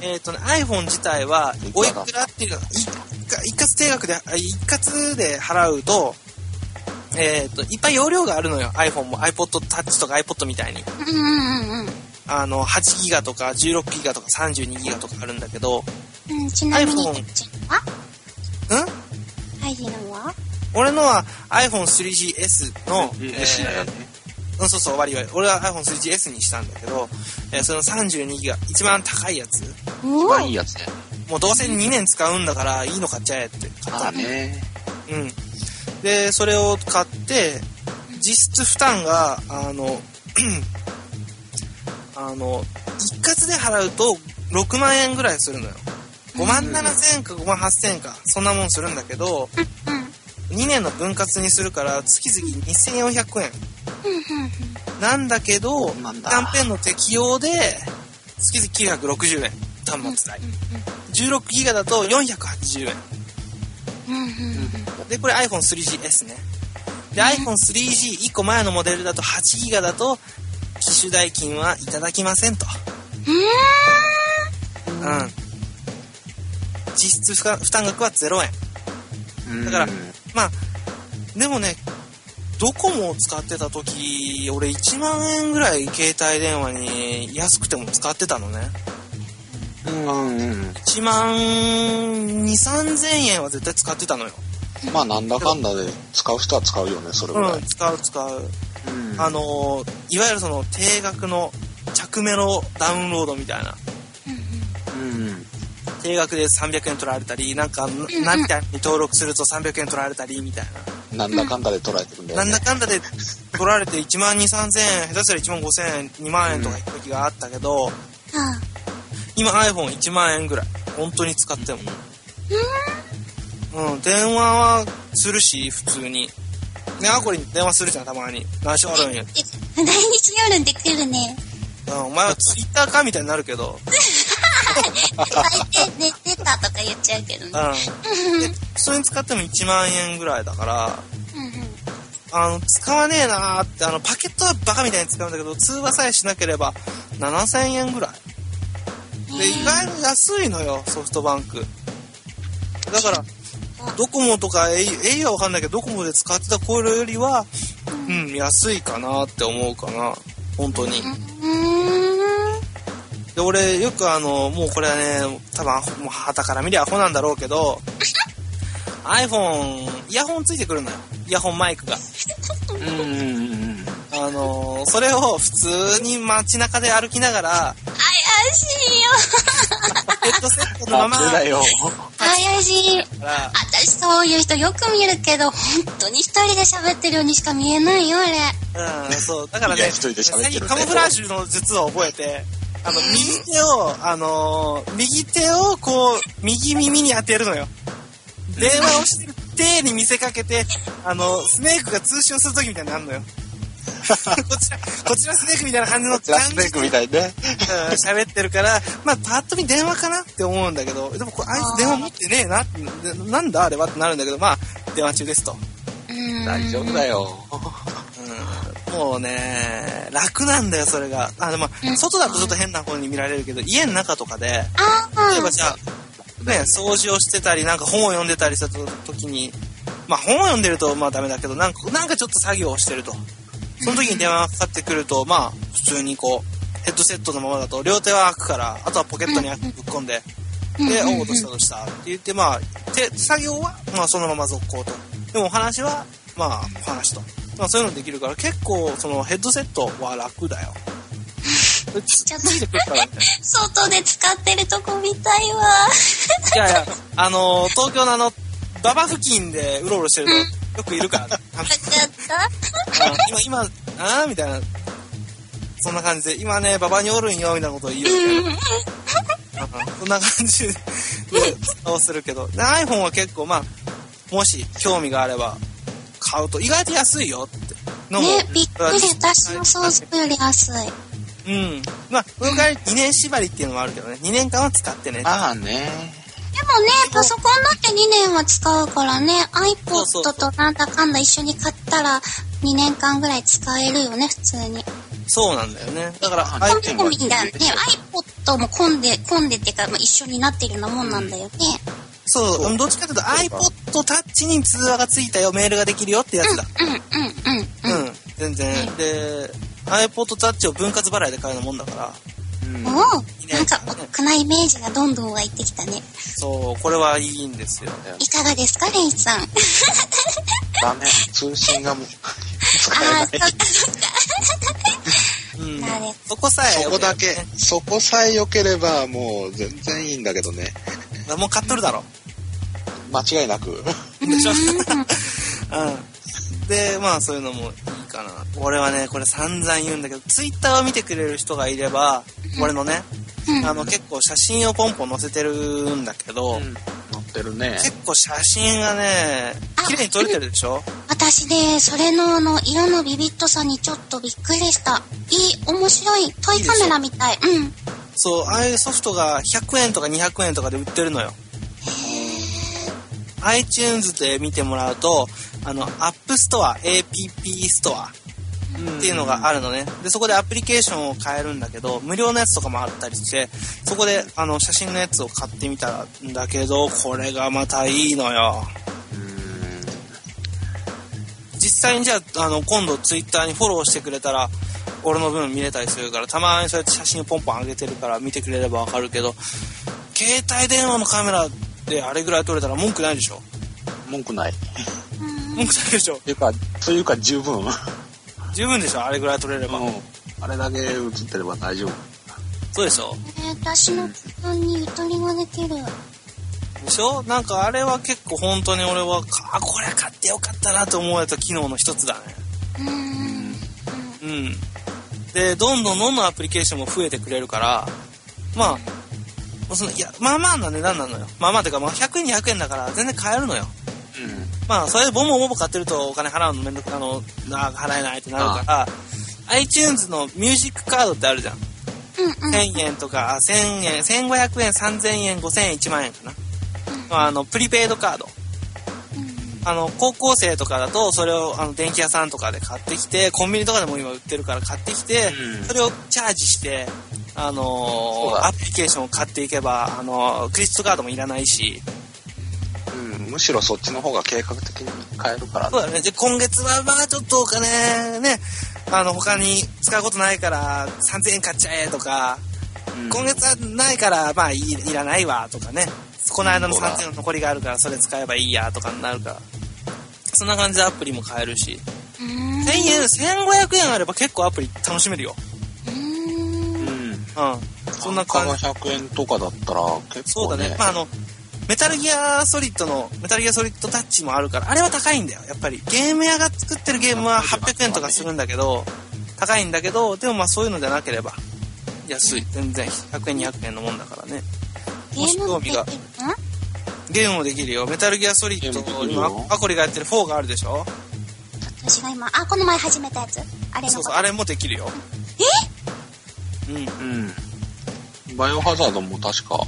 えっ、とね、iPhone 自体は、いくおいらだくらっていうか、一括一括定額で、あ一括で払うと、えっ、と、いっぱい容量があるのよ。iPhone も iPod Touch とか iPod みたいに。うんうんうんうん。あの、8ギガとか16ギガとか32ギガとかあるんだけど、うん、ちなみに、 iPhone ちはうん入るのは俺のは iPhone3GS の、えーだよね。うんそうそう、割り割り。俺は iPhone3GS にしたんだけど、えーその32ギガ、一番高いやつ。一お番いいやつね。もうどうせ2年使うんだから、いいの買っちゃえって買ったのああね。うん。で、それを買って、実質負担 が、あの、あの、一括で払うと6万円ぐらいするのよ5万7千円か5万8千円かそんなもんするんだけど2年の分割にするから月々2400円なんだけどキなんだャンペーンの適用で月々960円端末代16ギガだと480円でこれ iPhone3GS ねで iPhone3G1 個前のモデルだと8ギガだと機種代金はいただきませんとうん実質負担負担額は0円だからまあでもねドコモを使ってた時俺1万円ぐらい携帯電話に安くても使ってたのねうんうん1万23000円は絶対使ってたのよまあなんだかんだで使う人は使うよねそれぐらういん、使う使う、うんあのーいわゆるその定額の着メロダウンロードみたいなうん定額で300円取られたりなんかな何たに登録すると300円取られたりみたいなんだかんだで捉えてるんだな、よなんだねかんだで取られて1万2 3 0 0 0円下手したら1万5千円2万円とかいく時があったけど、今 iPhone1 万円ぐらい本当に使ってもうん電話はするし普通にねあこれに電話するじゃんたまに何しょあるんやえ大日夜で来るね。うんお前はツイッターかみたいになるけど、大抵寝てたとか言っちゃうけどね。うん。で、それに使っても1万円ぐらいだから、うんうんあの、使わねえなーって、あの、パケットはバカみたいに使うんだけど、通話さえしなければ7000円ぐらい。で、意外に安いのよ、ソフトバンク。だから、ドコモとか au はわかんないけど、ドコモで使ってたコイルよりは、うん、安いかなって思うかな。本当に。で、俺、よくあの、もうこれはね、多分アホ、もう、旗から見りゃアホなんだろうけど、iPhone、イヤホンついてくるのよ。イヤホンマイクが。うんうんうんあのーそれを普通に街中で歩きながら、怪しいよ。ヘッドセットのま あま、れだよ怪しい。から私そういう人よく見るけど、本当に一人で喋ってるようにしか見えないよ、あれ。うん、そう、だからいやね、一人で喋ってるんだよ最近カモフラージュの術を覚えて、あの、右手を、あのー右手をこう、右耳に当てるのよ。電話をしてる手に見せかけて、あの、スネークが通信をするときみたいにな るのよ。こちら、こちらスネークみたいな感じのこちらスネークみたいねうん喋ってるから、まあ、パッと見電話かなって思うんだけど、でもこれ、あいつ電話持ってねえなって、ななんだあれはってなるんだけど、まあ、電話中ですと。大丈夫だようん、もうね、楽なんだよ、それが。あ、でも、外だとちょっと変な方に見られるけど、家の中とかで、あ例えばあ、じゃあ、ね、掃除をしてたり、なんか本を読んでたりした時に、まあ本を読んでるとまあダメだけど、なんか、なんかちょっと作業をしてると。その時に電話がかかってくると、まあ普通にこう、ヘッドセットのままだと両手は開くから、あとはポケットにぶっ込んで、で、おう、どうしたどうしたって言って、まあ、手、作業は、まあそのまま続行と。でもお話は、まあお話と。まあそういうのできるから、結構そのヘッドセットは楽だよ。 ちょっついてくるからね。外で使ってるとこ見た いわ。いやいや、あのー東京のあの、馬場付近でうろうろしてると、よくいるから、あのわかった今、今、あーみたいな、そんな感じで、今ね、馬場におるんよ、みたいなことを言うみたいな。うんそんな感じで、顔するけど。で、iPhone は結構、まあ、もし興味があれば、買うと、意外と安いよって。のもね、びっくり。私の想像より安うい。ん。まあ、その代わり2年縛りっていうのもあるけどね、2年間は使ってね。まあねでもね、パソコンだって2年は使うからね、そうそう iPod となんだかんだ一緒に買ったら2年間ぐらい使えるよね、普通に。そうなんだよね。だから、混ん iPhone でもいいんだよね。iPod も混んで、混んでっていうか、まあ、一緒になってるようなもんなんだよね。そう、うんどっちかというと iPod タッチに通話がついたよ、メールができるよってやつだ。うん、うん、うん。うん、全然。で、iPod タッチを分割払いで買うようなもんだから、おおなんかおっかなイメージがどんどん湧いてきたね。そう、これはいいんですよ。いかがですか、レイさん。あダメ通信がも う使えあないー、そっかそっか。うんなる。そこさえ、そこだけ、そこさえ良ければもう全然いいんだけどねもう買っとるだろ。間違いなくでしょうん。で、まあそういうのもいいかな。俺はね、これ散々言うんだけど、Twitter を見てくれる人がいれば、俺のね、うんあの結構写真をポンポン載せてるんだけど、うん乗ってるね。結構写真がねあ綺麗に撮れてるでしょ私で、それのあの、色のビビッとさにちょっとびっくりした。いい、面白い。トイカメラみたい。うん。そうああいうソフトが100円とか200円とかで売ってるのよ iTunes で見てもらうとあの App Store APP ストアっていうのがあるのねでそこでアプリケーションを変えるんだけど無料のやつとかもあったりしてそこであの写真のやつを買ってみたんだけどこれがまたいいのよ実際にじゃああの今度ツイッターにフォローしてくれたら俺の分見れたりするからたまにそうやって写真をポンポン上げてるから見てくれればわかるけど携帯電話のカメラであれぐらい撮れたら文句ないでしょ文句ない。っ文句ないでしょていうか、というか十分。うん。十分でしょあれぐらい撮れれば、あれだけ映ってれば大丈夫。そうでしょえー私の時間にゆとりができる。でしょなんかあれは結構本当に俺はあこれ買ってよかったなと思えた機能の一つだねうん。うん。で、どんどんどんどんアプリケーションも増えてくれるから、まあ、そのいやまあまあな値段なのよ。まあまあてか、まあ、100円200円だから全然買えるのよ。まあ、それでボンボンボンボン買ってるとお金払うのめんどくあの、な払えないってなるから、iTunes のミュージックカードってあるじゃん。うんうん。 1000円とか、あ1000円、1500円、3000円、5000円、1万円かな。まあ、あの、プリペイドカード。あの、高校生とかだと、それを、あの、電気屋さんとかで買ってきて、コンビニとかでも今売ってるから買ってきて、うんそれをチャージして、あのうーだアプリケーションを買っていけば、あのークレジットカードもいらないし、うん。むしろそっちの方が計画的に買えるからそうだね。で、今月は、まあ、ちょっとお金、ね、あの、他に使うことないから、3000円買っちゃえとか、うん今月はないから、まあいい、いらないわ、とかね。この間のそうだ3000円の残りがあるから、それ使えばいいや、とかになるから。そんな感じでアプリも買えるし。1000円、1500円あれば結構アプリ楽しめるよ。ううん。ん。そんな単感じ。価が100円とかだったら結そう構だね。ね。まああの、メタルギアソリッドの、メタルギアソリッドタッチもあるから、あれは高いんだよ、やっぱり。ゲーム屋が作ってるゲームは800円とかするんだけど、高いんだけど、でもまあそういうのじゃなければ、安い。全然。100円、200円のもんだからね。ゲもしーム興っ味てができるのゲームもできるよ。メタルギアソリッドゲームできるよ今、アコリがやってる4があるでしょ私が今、あ、この前始めたやつ。あれのそうことそう、あれもできるよ。うん、うん。バイオハザードも確か、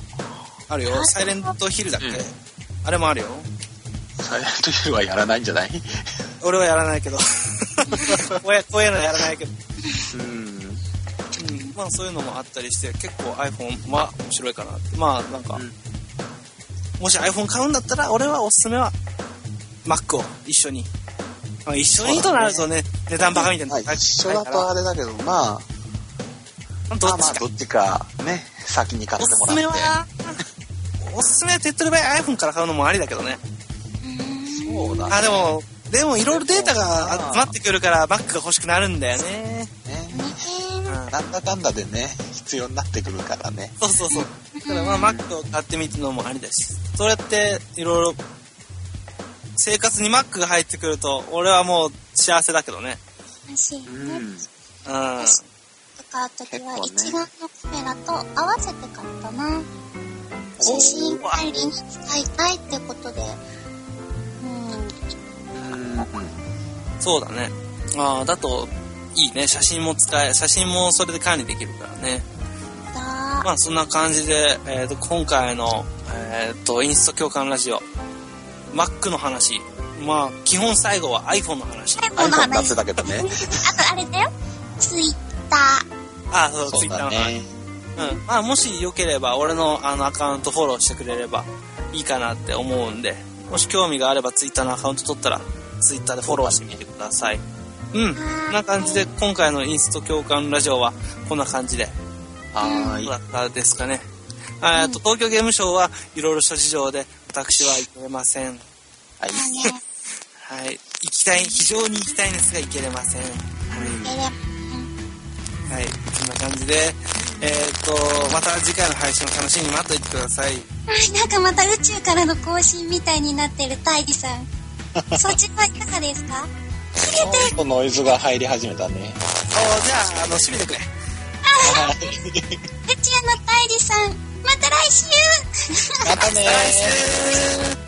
あるよ。サイレントヒルだっけ、うんあれもあるよ。サイレントヒルはやらないんじゃない俺はやらない けど。こうやこういうのやらないけど。うん。うん、まあそういうのもあったりして結構 iPhone は面白いかなってまあなんか、うんもし iPhone 買うんだったら俺はおすすめは Mac を一緒に、まあ、一緒にとなるとね値段バカみたいなまのあ高い一緒高だいからとあれだけど、まあ、どっまあまちあかどっちかね、先に買っおてもすらすって。めはおすすめは手っ取り早い iPhone から買うのもありだけどねそうだね。あでもでもいろいろデータが集まってくるから Mac が欲しくなるんだよね、ねうん、なんだかんだでね、必要になってくるからね。そうそうそう。だからまあ、マックを買ってみるのもありだし、そうやって、いろいろ、生活にマックが入ってくると、俺はもう幸せだけどね。私、ね、うん。私買うときは一眼のカメラと合わせて買ったな。写真管理に使いたいってことで。うん。そうだね。ああ、だと、いいね。写真も使え、写真もそれで管理できるからね。だまあ、そんな感じで、えっ、と、今回の、えっ、と、インスト共感ラジオ、マックの話。まあ、基本最後は iPhone の話。でこの iPhone だ話け。だけどね。あとあれだよ。ツイッター。ああ、そう、そう Twitter のだ話。ね。うん、まあもしよければ俺のあのアカウントフォローしてくれればいいかなって思うんでもし興味があればツイッターのアカウント取ったらツイッターでフォローしてみてくださいうんこんな感じで今回のインスト共感ラジオはこんな感じではーどうい。だったですかねえっと東京ゲームショウはいろいろ諸事情で私は行けませんはい。だね。はい行きたい非常に行きたいんですが行けれませんでではいそんな感じでえっ、とまた次回の配信を楽しみに待っていてくださいあなんかまた宇宙からの更新みたいになってる大義さん。そっちはいかがですか切れてる。ちょっとノイズが入り始めたね。おーじゃああの閉めてくれあうちやのたいりさん、また来週 またねー。